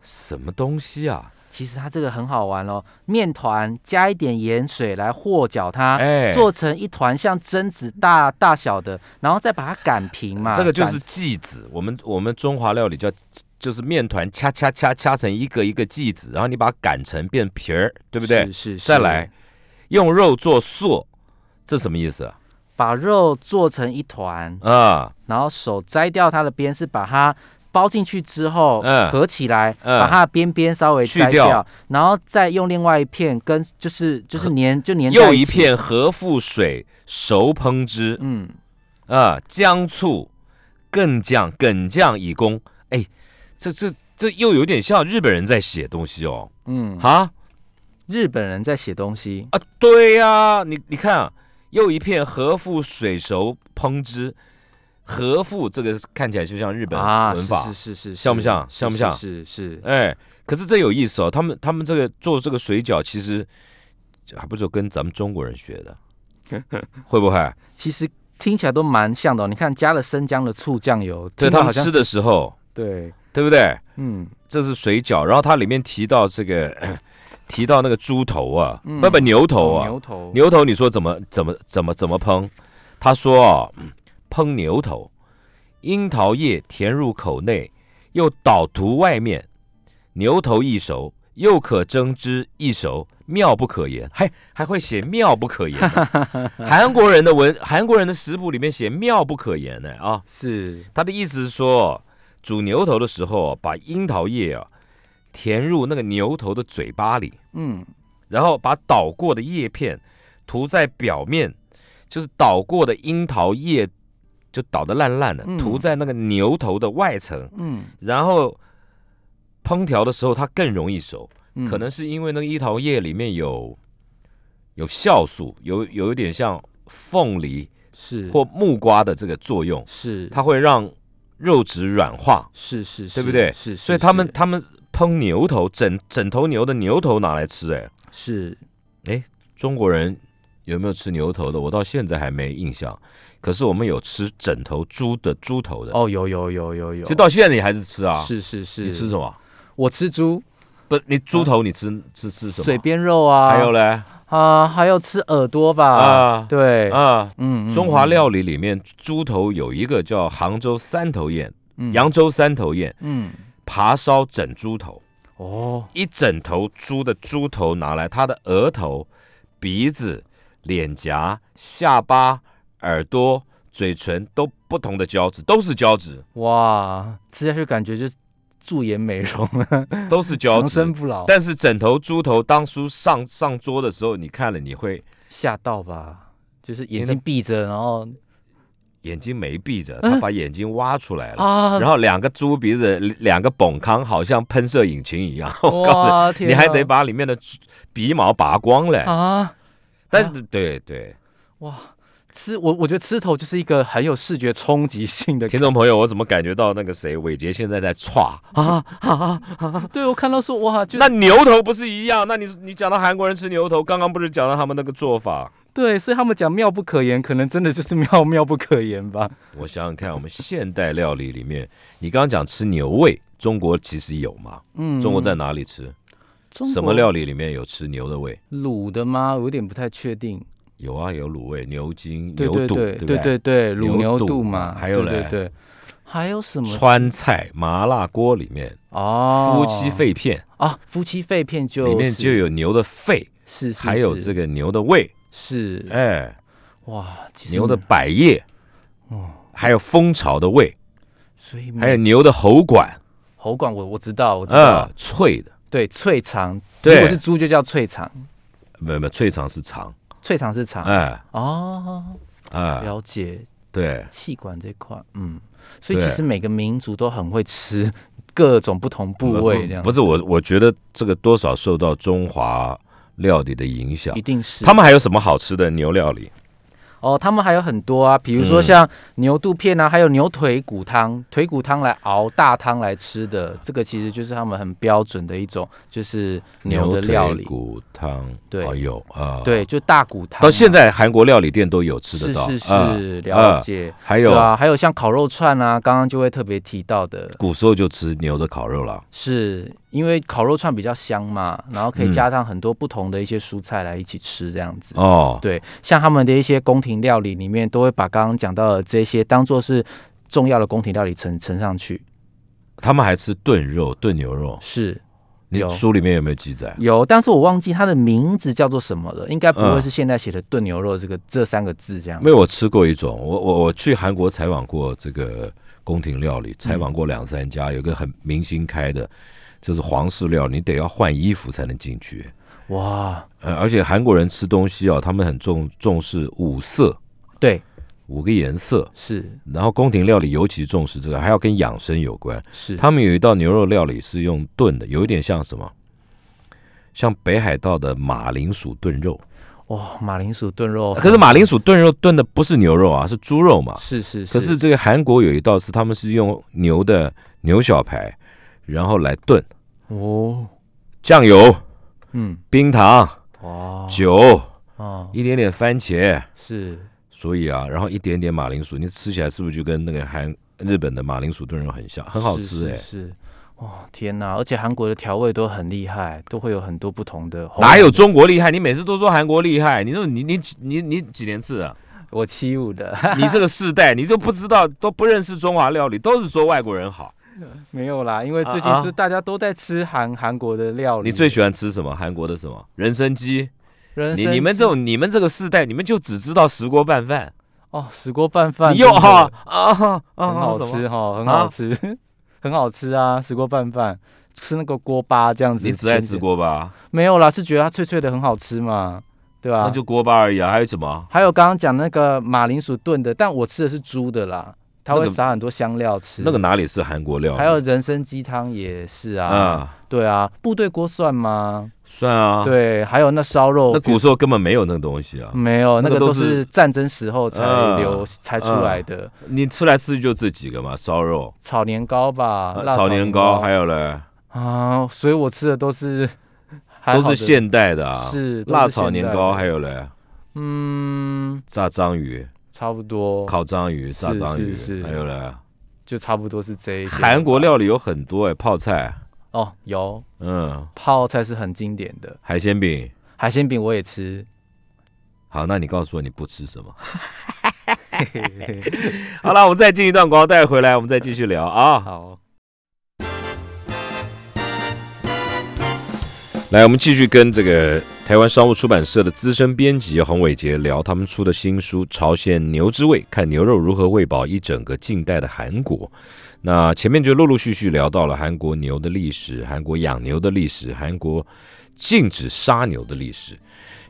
B: 什么东西啊？
C: 其实它这个很好玩哦，面团加一点盐水来和搅它，
B: 哎
C: 做成一团像榛子大大小的，然后再把它擀平嘛。
B: 这个就是
C: 擀
B: 剂子，我们我们中华料理叫就是面团掐掐掐掐成一个一个剂子，然后你把它擀成变皮儿，对不对
C: 是？是
B: 再来，用肉做素，这什么意思啊
C: 是把肉做成一团，
B: 啊？
C: 然后手摘掉它的边，是把它包进去之后、
B: 嗯
C: 合起来，
B: 嗯
C: 把它的边边稍微
B: 去
C: 摘
B: 掉
C: 然后再用另外一片跟就是就是粘就粘在
B: 又一
C: 起，
B: 片和腹水熟烹之
C: 嗯，
B: 啊，姜醋更酱梗酱以供。哎，这这这又有点像日本人在写东西哦
C: 嗯，
B: 啊
C: 日本人在写东西，
B: 啊，对呀、你你看啊，又一片和腹水熟烹之，和腹这个看起来就像日本
C: 啊，
B: 文
C: 是
B: 法，
C: 是是是，
B: 像不
C: 是
B: 像
C: 是
B: 像不像
C: 是是是，
B: 哎，可是这有意思哦，他们他们这个做这个水饺，其实还不是跟咱们中国人学 的，会不会？
C: 其实听起来都蛮像的哦、你看加了生姜的醋酱油，
B: 对
C: 听到
B: 他们
C: 好像
B: 吃的时候，
C: 对，
B: 对不对？
C: 嗯，
B: 这是水饺，然后它里面提到这个， 提到那个猪头啊，
C: 嗯
B: 不不牛头啊，
C: 牛头，
B: 牛头你说怎么怎么怎么怎么烹？他说哦，嗯烹牛头，樱桃叶填入口内，又倒涂外面，牛头一熟，又可蒸之一熟，妙不可言。还还会写妙不可言呢， 韩国人的文，韩国人的食谱里面写妙不可言呢啊。
C: 是
B: 他的意思是说，煮牛头的时候，把樱桃叶啊填入那个牛头的嘴巴里，
C: 嗯。
B: 然后把捣过的叶片涂在表面，就是捣过的樱桃叶就捣得烂烂的，
C: 嗯
B: 涂在那个牛头的外层，
C: 嗯，
B: 然后烹调的时候它更容易熟，
C: 嗯
B: 可能是因为那个樱桃叶里面有有酵素，有有一点像凤梨
C: 是
B: 或木瓜的这个作用，
C: 是
B: 它会让肉质软化，
C: 是是
B: 对不对
C: 是，是
B: 所以他们
C: 是
B: 他们烹牛头，整整头牛的牛头拿来吃，哎。
C: 是
B: 中国人有没有吃牛头的？我到现在还没印象。可是我们有吃整头猪的猪头的，
C: 哦，有有有有有，
B: 就到现在你还是吃啊？
C: 是是是，
B: 你吃什么？啊
C: 我吃猪
B: 不，你猪头你吃、吃吃什么？
C: 嘴边肉啊，
B: 还有嘞
C: 啊，还有吃耳朵吧，
B: 啊
C: 对，
B: 啊！
C: 嗯，嗯
B: 中华料理里面猪头有一个叫杭州三头宴、，
C: 嗯
B: 扬州三头宴，
C: 嗯，
B: 扒烧整猪头，
C: 哦，
B: 一整头猪的猪头拿来，它的额头、鼻子、脸颊、下巴、耳朵、嘴唇都不同的胶质，都是胶质，
C: 哇，吃下去感觉就是驻颜美容 了，
B: 都是胶
C: 长生
B: 质。
C: 不老，
B: 但是枕头、猪头当初上上桌的时候，你看了你会
C: 吓到吧？就是眼
B: 你
C: 睛
B: 那
C: 闭着，然后
B: 眼睛没闭着，
C: 嗯
B: 他把眼睛挖出来了，
C: 啊，
B: 呃然后两个猪鼻子，两个崩康，好像喷射引擎一样。我告诉
C: 哇，
B: 你，
C: 天啊
B: 你还
C: 哪
B: 得把里面的猪鼻毛拔光嘞。
C: 啊，
B: 但是对对，
C: 哇，吃我我觉得吃头就是一个很有视觉冲击性的
B: 听众朋友，我怎么感觉到那个谁，伟杰现在在歘啊啊啊！
C: 对我看到说哇，就
B: 那牛头不是一样？那你你讲到韩国人吃牛头，刚刚不是讲到他们那个做法？
C: 对，所以他们讲妙不可言，可能真的就是妙 妙不可言吧。
B: 我想想看，我们现代料理里面，你刚刚讲吃牛胃，中国其实有吗？
C: 嗯，
B: 中国在哪里吃？
C: 中
B: 什么料理里面有吃牛的胃？
C: 卤的吗？我有点不太确定。
B: 有啊，有卤味、牛筋、
C: 对
B: 牛
C: 对
B: 肚，
C: 对
B: 不
C: 对对对，卤牛
B: 牛肚
C: 肚
B: 嘛
C: 嘛，
B: 还有
C: 对对
B: 嘞
C: 对，还有什么
B: 川菜麻辣锅里面，
C: 哦
B: 夫妻肺片
C: 啊，夫妻肺片就是
B: 里面就有牛的肺，
C: 是是
B: 还有这
C: 个
B: 个牛的胃，
C: 是
B: 哎，
C: 哇，其实
B: 牛的百叶，
C: 哦，
B: 还有蜂巢的胃，
C: 所以
B: 还有牛的喉管，
C: 喉管我我知道我知道
B: 啊，，脆的，
C: 对脆肠，
B: 对
C: 如果是猪就叫脆肠，
B: 没有没有，脆肠是肠，
C: 脆肠是肠
B: 哎
C: 哦，
B: 哎，
C: 了解
B: 对，
C: 气管这块，嗯，所以其
B: 对
C: 实每个民族都很会吃各种不同部位，这样
B: 嗯不是我，我觉得这个多少受到中华料理的影响
C: 一。定是
B: 啊他们还有什么好吃的牛料理？
C: 哦，他们还有很多啊，比如说
B: 嗯
C: 像牛肚片啊，还有牛腿骨汤，腿骨汤来熬大汤来吃的，这个其实就是他们很标准的一种，就是牛的料
B: 腿
C: 理，
B: 骨汤，
C: 对
B: 哦有啊，
C: 对，就大骨汤嘛。
B: 到现在韩国料理店都有吃得
C: 是
B: 到，
C: 是
B: 啊
C: 是，了，解
B: 啊。还
C: 对
B: 有
C: 啊，还有像烤肉串啊，刚刚就会特别提到的，
B: 古时候就吃牛的烤肉了，
C: 是因为烤肉串比较香嘛，然后可以
B: 嗯
C: 加上很多不同的一些蔬菜来一起吃，这样子。
B: 哦，
C: 对，像他们的一些宫廷料理里面，都会把刚刚讲到的这些当做是重要的宫廷料理呈呈上去。
B: 他们还吃炖肉、炖牛肉。
C: 是
B: 你
C: 有
B: 书里面有没有记载？
C: 有，但是我忘记它的名字叫做什么了，应该不会
B: 嗯
C: 是现在写的炖牛肉这个这三个字这样
B: 因。为我吃过一种，我我我去韩国采访过这个宫廷料理，采访过两三家，有一个很明星开的，就是皇室料理，你得要换衣服才能进去。
C: 哇，
B: 呃，而且韩国人吃东西啊，他们很重重视五色，
C: 对，
B: 五个颜色。
C: 是
B: 然后宫廷料理尤其重视这个，还要跟养生有关。
C: 是，
B: 他们有一道牛肉料理是用炖的，有一点像什么？像北海道的马铃薯炖肉，
C: 哇、马铃薯炖肉，
B: 可是马铃薯炖肉炖的不是牛肉啊，是猪肉嘛。
C: 是是是，
B: 可是这个韩国有一道是他们是用牛的牛小排，然后来炖
C: 哦，
B: 酱油、
C: 嗯，
B: 冰糖、
C: 哇，
B: 酒，
C: 哦，
B: 一点点番茄，
C: 是
B: 所以啊，然后一点点马铃薯，你吃起来是不是就跟那个韩日本的马铃薯炖肉很像，很好吃哎、
C: 是是是哦，天哪！而且韩国的调味都很厉害，都会有很多不同的。
B: 哪有？中国厉害？你每次都说韩国厉害，你说你你你你几年次啊？
C: 我七五的，
B: 你这个世代，你都不知道，都不认识中华料理，都是说外国人好。
C: 没有啦，因为最近
B: 啊啊
C: 就大家都在吃韩韩国的料 理。
B: 你最喜欢吃什么？韩国的什么？人参鸡？
C: 人
B: 你
C: 参
B: 你们这
C: 鸡
B: 种你们这个世代，你们就只知道石锅拌饭，
C: 哦，石锅拌饭
B: 你又
C: 真的
B: 哈啊哈啊，
C: 很好
B: 什么
C: 吃。哈，很好
B: 啊
C: 吃， 很好吃啊！石锅拌饭吃那个锅巴这样子，
B: 你只爱吃？锅巴，
C: 没有啦，是觉得它脆脆的很好吃嘛，对吧、
B: 那就锅巴而已啊，还有什么？
C: 还有刚刚讲那个马铃薯炖的，但我吃的是猪的啦，它
B: 那
C: 会
B: 个
C: 撒很多香料吃。
B: 那个哪里是韩国料理？
C: 还有人参鸡汤也是啊，
B: 啊，
C: 对啊，部队锅算吗？
B: 算啊，，
C: 对，还有那烧肉
B: 那，古时候根本没有那个东西啊，
C: 没有，那
B: 那个
C: 个都
B: 都是
C: 是战争时候才
B: 嗯
C: 留才出来的，
B: 你吃来吃去就这几个嘛，烧肉、
C: 炒年糕吧，
B: 呃
C: 啊辣
B: 炒
C: 年
B: 年糕，还有嘞，
C: 啊，所以我吃的都是还
B: 都
C: 好的
B: 是现代的啊，
C: 是都是
B: 辣炒年
C: 现代
B: 糕，
C: 的
B: 还有嘞，
C: 嗯，
B: 炸章鱼、
C: 差不多，
B: 烤章鱼、炸
C: 哦是
B: 章
C: 是
B: 鱼
C: 是，
B: 还有嘞，
C: 就差不多是这一些
B: 韩国料理有很多哎，泡菜，
C: 哦，有
B: 嗯，
C: 泡菜是很经典的，
B: 海鲜饼。
C: 海鲜饼我也吃，
B: 好，那你告诉我你不吃什么？ 好了，我们再进一段广告带回来，我们再继续啊聊啊。
C: 好。
B: 来，我们继续跟这个台湾商务出版社的资深编辑洪伟杰聊他们出的新书《朝鲜牛之味》，看牛肉如何喂饱一整个近代的韩国。那前面就陆陆续续聊到了韩国牛的历史、韩国养牛的历史、韩国禁止杀牛的历史，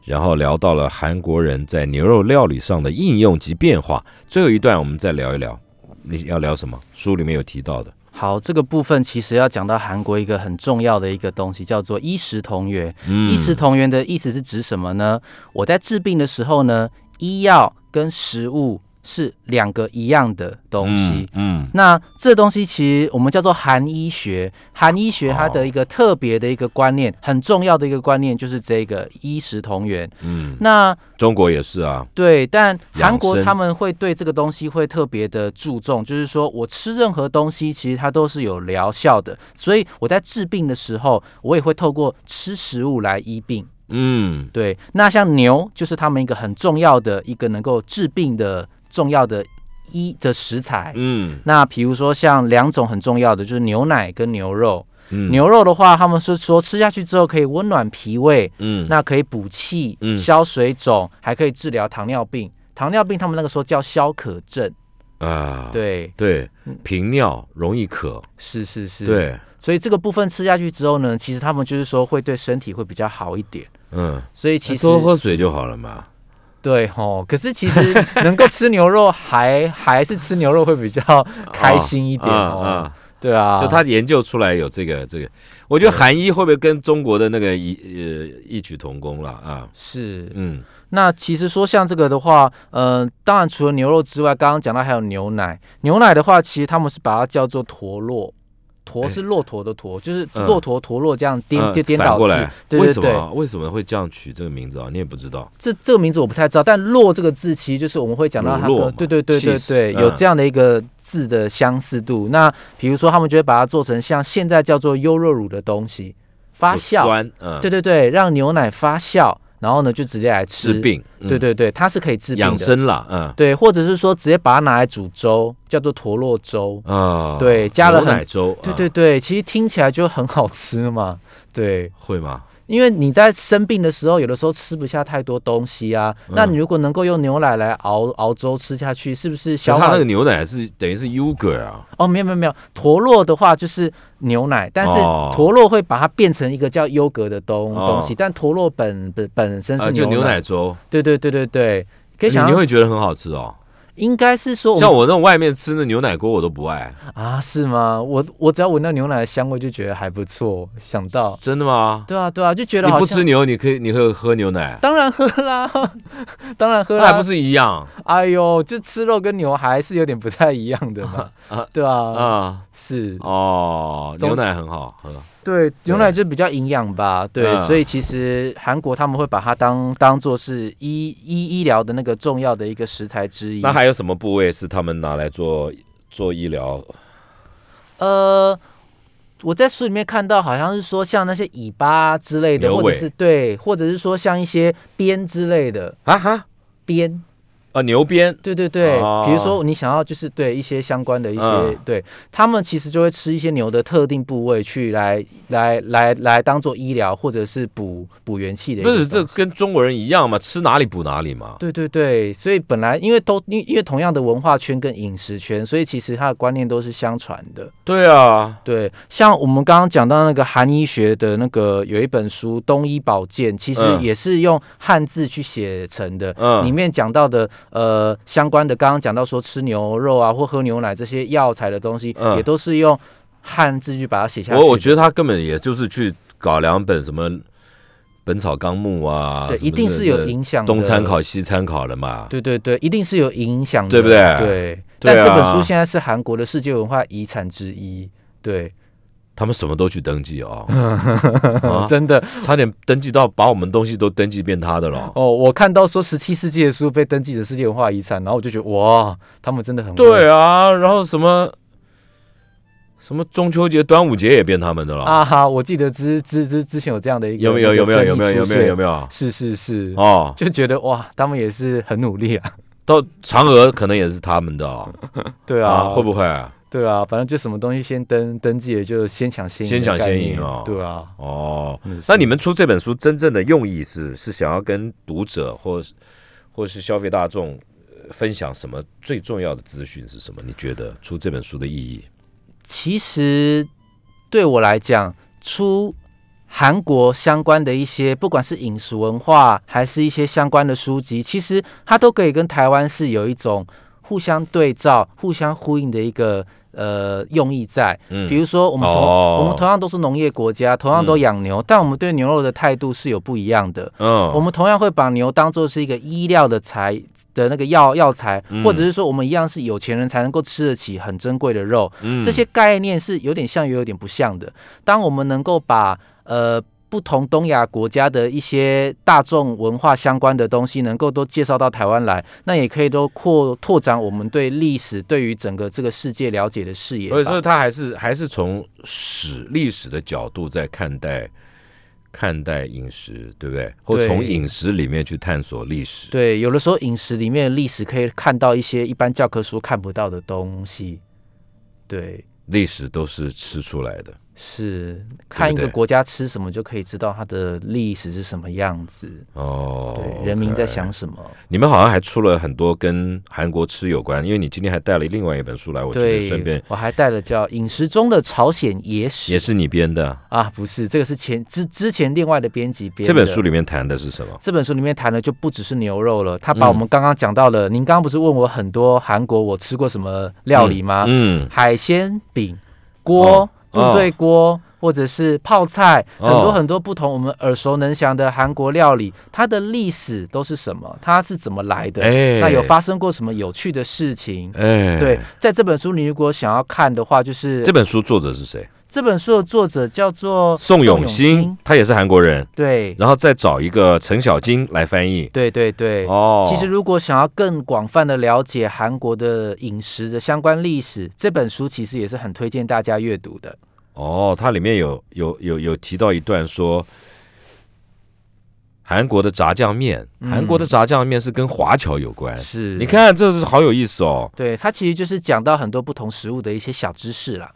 B: 然后聊到了韩国人在牛肉料理上的应用及变化。最后一段我们再聊一聊，你要聊什么？书里面有提到的。
C: 好，这个部分其实要讲到韩国一个很重要的一个东西，叫做衣食同源。
B: 嗯
C: 衣食同源的意思是指什么呢？我在治病的时候呢，医药跟食物是两个一样的东西。
B: 嗯，
C: 那这东西其实我们叫做韩医学，韩医学它
B: 哦
C: 的一个特别的一个观念，很重要的一个观念就是这个衣食同源。
B: 嗯嗯，
C: 那
B: 中国也是啊，
C: 对，但
B: 养
C: 韩国
B: 生
C: 他们会对这个东西会特别的注重，就是说我吃任何东西，其实它都是有疗效的，所以我在治病的时候，我也会透过吃食物来医病。
B: 嗯，
C: 对，那像牛就是他们一个很重要的一个能够治病的重要的医的食材。
B: 嗯
C: 那比如说像两种很重要的就是牛奶跟牛肉。
B: 嗯
C: 牛肉的话，他们是说吃下去之后可以温暖脾胃，
B: 嗯
C: 那可以补气、
B: 嗯
C: 消水肿，还可以治疗糖尿病。糖尿病他们那个时候叫消渴症，
B: 啊，
C: 对，
B: 对
C: 嗯，
B: 频尿容易渴，
C: 是是是，。
B: 对，
C: 所以这个部分吃下去之后呢，其实他们就是说会对身体会比较好一点。
B: 嗯，
C: 所以其实
B: 多喝水就好了嘛。
C: 对吼，可是其实能够吃牛肉还 还是吃牛肉会比较开心一点哦。
B: 啊
C: 对啊，
B: 啊！就他研究出来有这个这个，我觉得韩医会不会跟中国的那个异呃异曲同工了啊？
C: 是
B: 嗯
C: 那其实说像这个的话，呃，当然除了牛肉之外，刚刚讲到还有牛奶。牛奶的话，其实他们是把它叫做驼骆，驼是骆驼的驼，就是
B: 嗯
C: 骆驼驼骆这样颠
B: 呃
C: 颠颠
B: 反
C: 倒
B: 过
C: 字
B: 来。，
C: 对
B: 为
C: 对
B: 什
C: 对，
B: 么为什么会这样取这个名字啊？你也不知道，
C: 这这个名字我不太知道，但骆这个字其实就是我们会讲到它
B: 乳酪
C: 的
B: 嘛，
C: 对对对对
B: cheese，
C: 对，
B: 嗯
C: 有这样的一个字的相似度。那比如说他们就会把它做成像现在叫做优酪乳的东西，发
B: 就
C: 酵，
B: 酸，嗯，
C: 对对对，让牛奶发酵，然后呢就直接来吃
B: 治。病，嗯
C: 对对对，它是可以治病
B: 养
C: 的。
B: 生啦，嗯
C: 对，或者是说直接把它拿来煮粥，叫做陀螺粥。
B: 啊，
C: 对加了
B: 牛
C: 很
B: 奶粥，
C: 对
B: 啊
C: 对对，其实听起来就很好吃嘛。对，
B: 啊会吗？
C: 因为你在生病的时候，有的时候吃不下太多东西啊。那
B: 嗯
C: 你如果能够用牛奶来熬熬粥吃下去，是不是
B: 可
C: 消
B: 是它
C: 化
B: 那个？牛奶是等于是 yogurt 啊，
C: 哦，没有没有没有，陀螺的话就是牛奶，但是
B: 哦
C: 陀螺会把它变成一个叫优格的东
B: 哦
C: 东西，但陀螺本本本身
B: 啊，
C: 是
B: 就
C: 牛
B: 牛奶。粥，
C: 对对对对对，可以
B: 你
C: 想
B: 你
C: 象，
B: 会觉得很好吃哦。
C: 应该是说我们
B: 像我那种外面吃的牛奶锅我都不爱，
C: 啊，是吗？我我只要闻到牛奶的香味就觉得还不错，想到，
B: 真的吗？
C: 对啊对啊，就觉得
B: 你
C: 好
B: 不
C: 像
B: 吃，牛，你可以你会喝牛奶，
C: 当然喝 啦，当然喝
B: 那
C: 啦，
B: 还不是一样
C: 哎呦，就吃肉跟牛还是有点不太一样的嘛，
B: 啊
C: 对啊，
B: 啊？
C: 是，
B: 哦，
C: 总
B: 牛奶很好喝，
C: 对，牛奶就比较营养吧，对，
B: 嗯
C: 所以其实韩国他们会把它当当做是医医医疗的那个重要的一个食材之一。
B: 那还有什么部位是他们拿来做做医疗？
C: 呃，我在书里面看到，好像是说像那些尾巴之类的，
B: 牛
C: 或者
B: 尾
C: 是对，或者是说像一些鞭之类的
B: 啊哈
C: 鞭，
B: 啊，牛鞭
C: 对对对，
B: 哦
C: 比如说你想要就是对一些相关的一些，
B: 嗯
C: 对他们其实就会吃一些牛的特定部位去来来来来当做医疗或者是补补元气的一
B: 不
C: 个
B: 是这
C: 东西。
B: 跟中国人一样嘛，吃哪里补哪里嘛。
C: 对对对，所以本来因为都因因为同样的文化圈跟饮食圈，所以其实它的观念都是相传的。
B: 对啊，
C: 对，像我们刚刚讲到那个韩医学的那个有一本书《东医保健》，其实
B: 嗯
C: 也是用汉字去写成的。
B: 嗯
C: 里面讲到的呃相关的，刚刚讲到说吃牛肉啊或喝牛奶这些药材的东西，
B: 嗯
C: 也都是用汉字去把它写下去的。
B: 我我觉得他根本也就是去搞两本什么《本草纲目》啊，
C: 对，
B: 什么
C: 一定
B: 这
C: 是有影响的。
B: 东参考西参考了嘛。
C: 对对对，一定是有影响的，
B: 对不对
C: 对。
B: 对
C: 但
B: 啊
C: 这本书现在是韩国的世界文化遗产之一，对，
B: 他们什么都去登 记哦，啊
C: 真的
B: 差点登记到把我们东西都登记变他的了。
C: 哦，我看到说十七世纪的书被登记的世界文化遗产，然后我就觉得哇，他们真的很
B: 对
C: 啊
B: 啊，然后什么什么中秋节、端午节也变他们的了。
C: 啊哈！我记得之之之之前有这样的一个
B: 有没有？有没有？有没有？有没有？有
C: 有？
B: 没有？
C: 是是是，
B: 哦，
C: 就觉得哇，他们也是很努力啊，
B: 到嫦娥可能也是他们的哦
C: 对
B: 啊，会
C: 会
B: 不会？
D: 对啊，反正就什么东西先登登记了，就先抢先赢的
B: 先抢
D: 概
B: 先
D: 念
B: 赢哦
D: 对啊。
B: 哦，
D: 嗯
B: 那你们出这本书真正的用意是是想要跟读者或是或是消费大众呃分享什么最重要的资讯是什么？你觉得出这本书的意义？
C: 其实对我来讲，出韩国相关的一些，不管是饮食文化，还是一些相关的书籍，其实它都可以跟台湾是有一种互相对照、互相呼应的一个呃用意在。
B: 嗯
C: 比如说，我们同、
B: 哦
C: 我们同样都是农业国家，同样都养牛，但我们对牛肉的态度是有不一样的。
B: 嗯
C: 我们同样会把牛当做是一个医疗的材的那个药药材，
B: 嗯
C: 或者是说我们一样是有钱人才能够吃得起很珍贵的肉，
B: 嗯
C: 这些概念是有点像又有点不像的。当我们能够把呃不同东亚国家的一些大众文化相关的东西，能够都介绍到台湾来，那也可以都扩拓展我们对历史、对于整个这个世界了解的视野吧。
B: 所以说，他还是还是从史历史的角度在看待看待饮食，对不对？或
C: 对
B: 从饮食里面去探索历史。，
C: 对，有的时候饮食里面的历史可以看到一些一般教科书看不到的东西。对，
B: 历史都是吃出来的。
C: 是看一
B: 对
C: 个国家吃什么就可以知道它的历史是什么样子，
B: 哦
C: 对，人民在
B: OK
C: 想什么。
B: 你们好像还出了很多跟韩国吃有关，因为你今天还带了另外一本书来，我觉得顺便
C: 对，我还带了叫《饮食中的朝鲜野史》
B: 也是你编的。
C: 啊，不是，这个是前之之前另外的编辑编
B: 这
C: 的
B: 本书。里面谈的是什么？
C: 这本书里面谈的就不只是牛肉了，他把
B: 嗯
C: 我们刚刚讲到了，您刚刚不是问我很多韩国我吃过什么料理吗？
B: 嗯，
C: 海鲜饼、锅、
B: 哦
C: 部队锅，或者是泡菜，
B: 哦
C: 很多很多不同我们耳熟能详的韩国料理，它的历史都是什么？它是怎么来的？
B: 哎
C: 那有发生过什么有趣的事情？
B: 哎，
C: 对，，在这本书你如果想要看的话，就是
B: 这本书作者是谁？
C: 这本书的作者叫做
B: 宋永新，，他也是韩国人，
C: 对
B: 然后再找一个陈小金来翻译。
C: 对对对。
B: 哦，
C: 其实，如果想要更广泛的了解韩国的饮食的相关历史，这本书其实也是很推荐大家阅读的。
B: 哦，它里面有有有有提到一段说，韩国的炸酱面，韩国的炸酱面是跟华侨有关。
C: 嗯是，
B: 哎你，看，这是好有意思哦。
C: 对它其实就是讲到很多不同食物的一些小知识啦。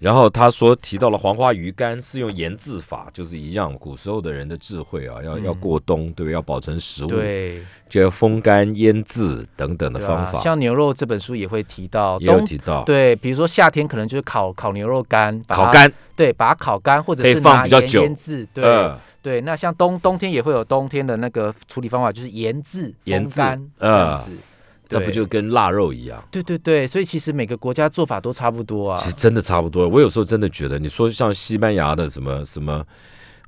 B: 然后他说提到了黄花鱼干是用盐渍法，就是一样，古时候的人的智慧啊，要、要过冬，对不对？要保存食物，，
C: 嗯对，
B: 就要风干、腌制等等的
C: 对
B: 方
C: 啊
B: 法，，
C: 像牛肉这本书也会提到，
B: 也有
C: 冬
B: 提到
C: 对，比如说夏天可能就是烤烤牛肉干，把它
B: 烤，干，
C: 对，把它烤干，或者
B: 可以
C: 是
B: 放
C: 拿
B: 比较
C: 盐
B: 久
C: 腌制，对。
B: 呃，
C: 对，那像冬冬天也会有冬天的那个处理方法，就是盐渍、
B: 盐
C: 风
B: 渍
C: 干
B: 呃
C: 这样子
B: 那不就跟腊肉一样？
C: 对对对，所以其实每个国家做法都差不多啊
B: 其。实真的差不多。我有时候真的觉得，你说像西班牙的什么什么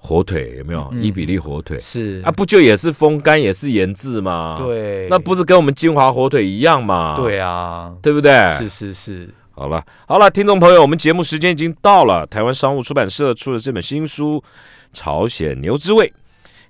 B: 火腿有没有、伊比利火腿
C: 嗯是
B: 啊？，不就也是风干，也是腌制吗？，
C: 对，
B: 那不是跟我们金华火腿一样吗？，
C: 对啊，
B: 对不对？
C: 是是是，
B: 好了，好了，听众朋友，我们节目时间已经到了。台湾商务出版社出了这本新书《朝鲜牛之味》，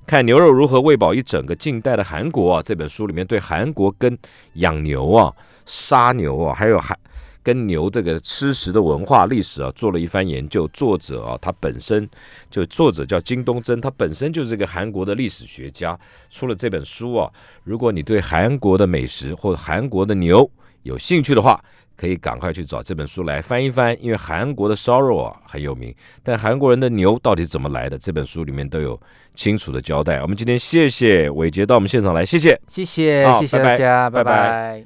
B: 看牛肉如何喂饱一整个近代的韩国啊。这本书里面对韩国跟养牛啊、杀牛啊，还有韩跟牛这个吃食的文化历史啊，做了一番研究。作者啊，他本身就作者叫金东真，他本身就是个韩国的历史学家，出了这本书啊。如果你对韩国的美食或韩国的牛有兴趣的话，可以赶快去找这本书来翻一翻，因为韩国的烧肉啊很有名，但韩国人的牛到底怎么来的，这本书里面都有清楚的交代。我们今天谢谢伟杰到我们现场来，谢谢。
C: 谢谢
B: 好
C: 谢谢
B: 拜拜
C: 大家，
B: 拜拜
C: 拜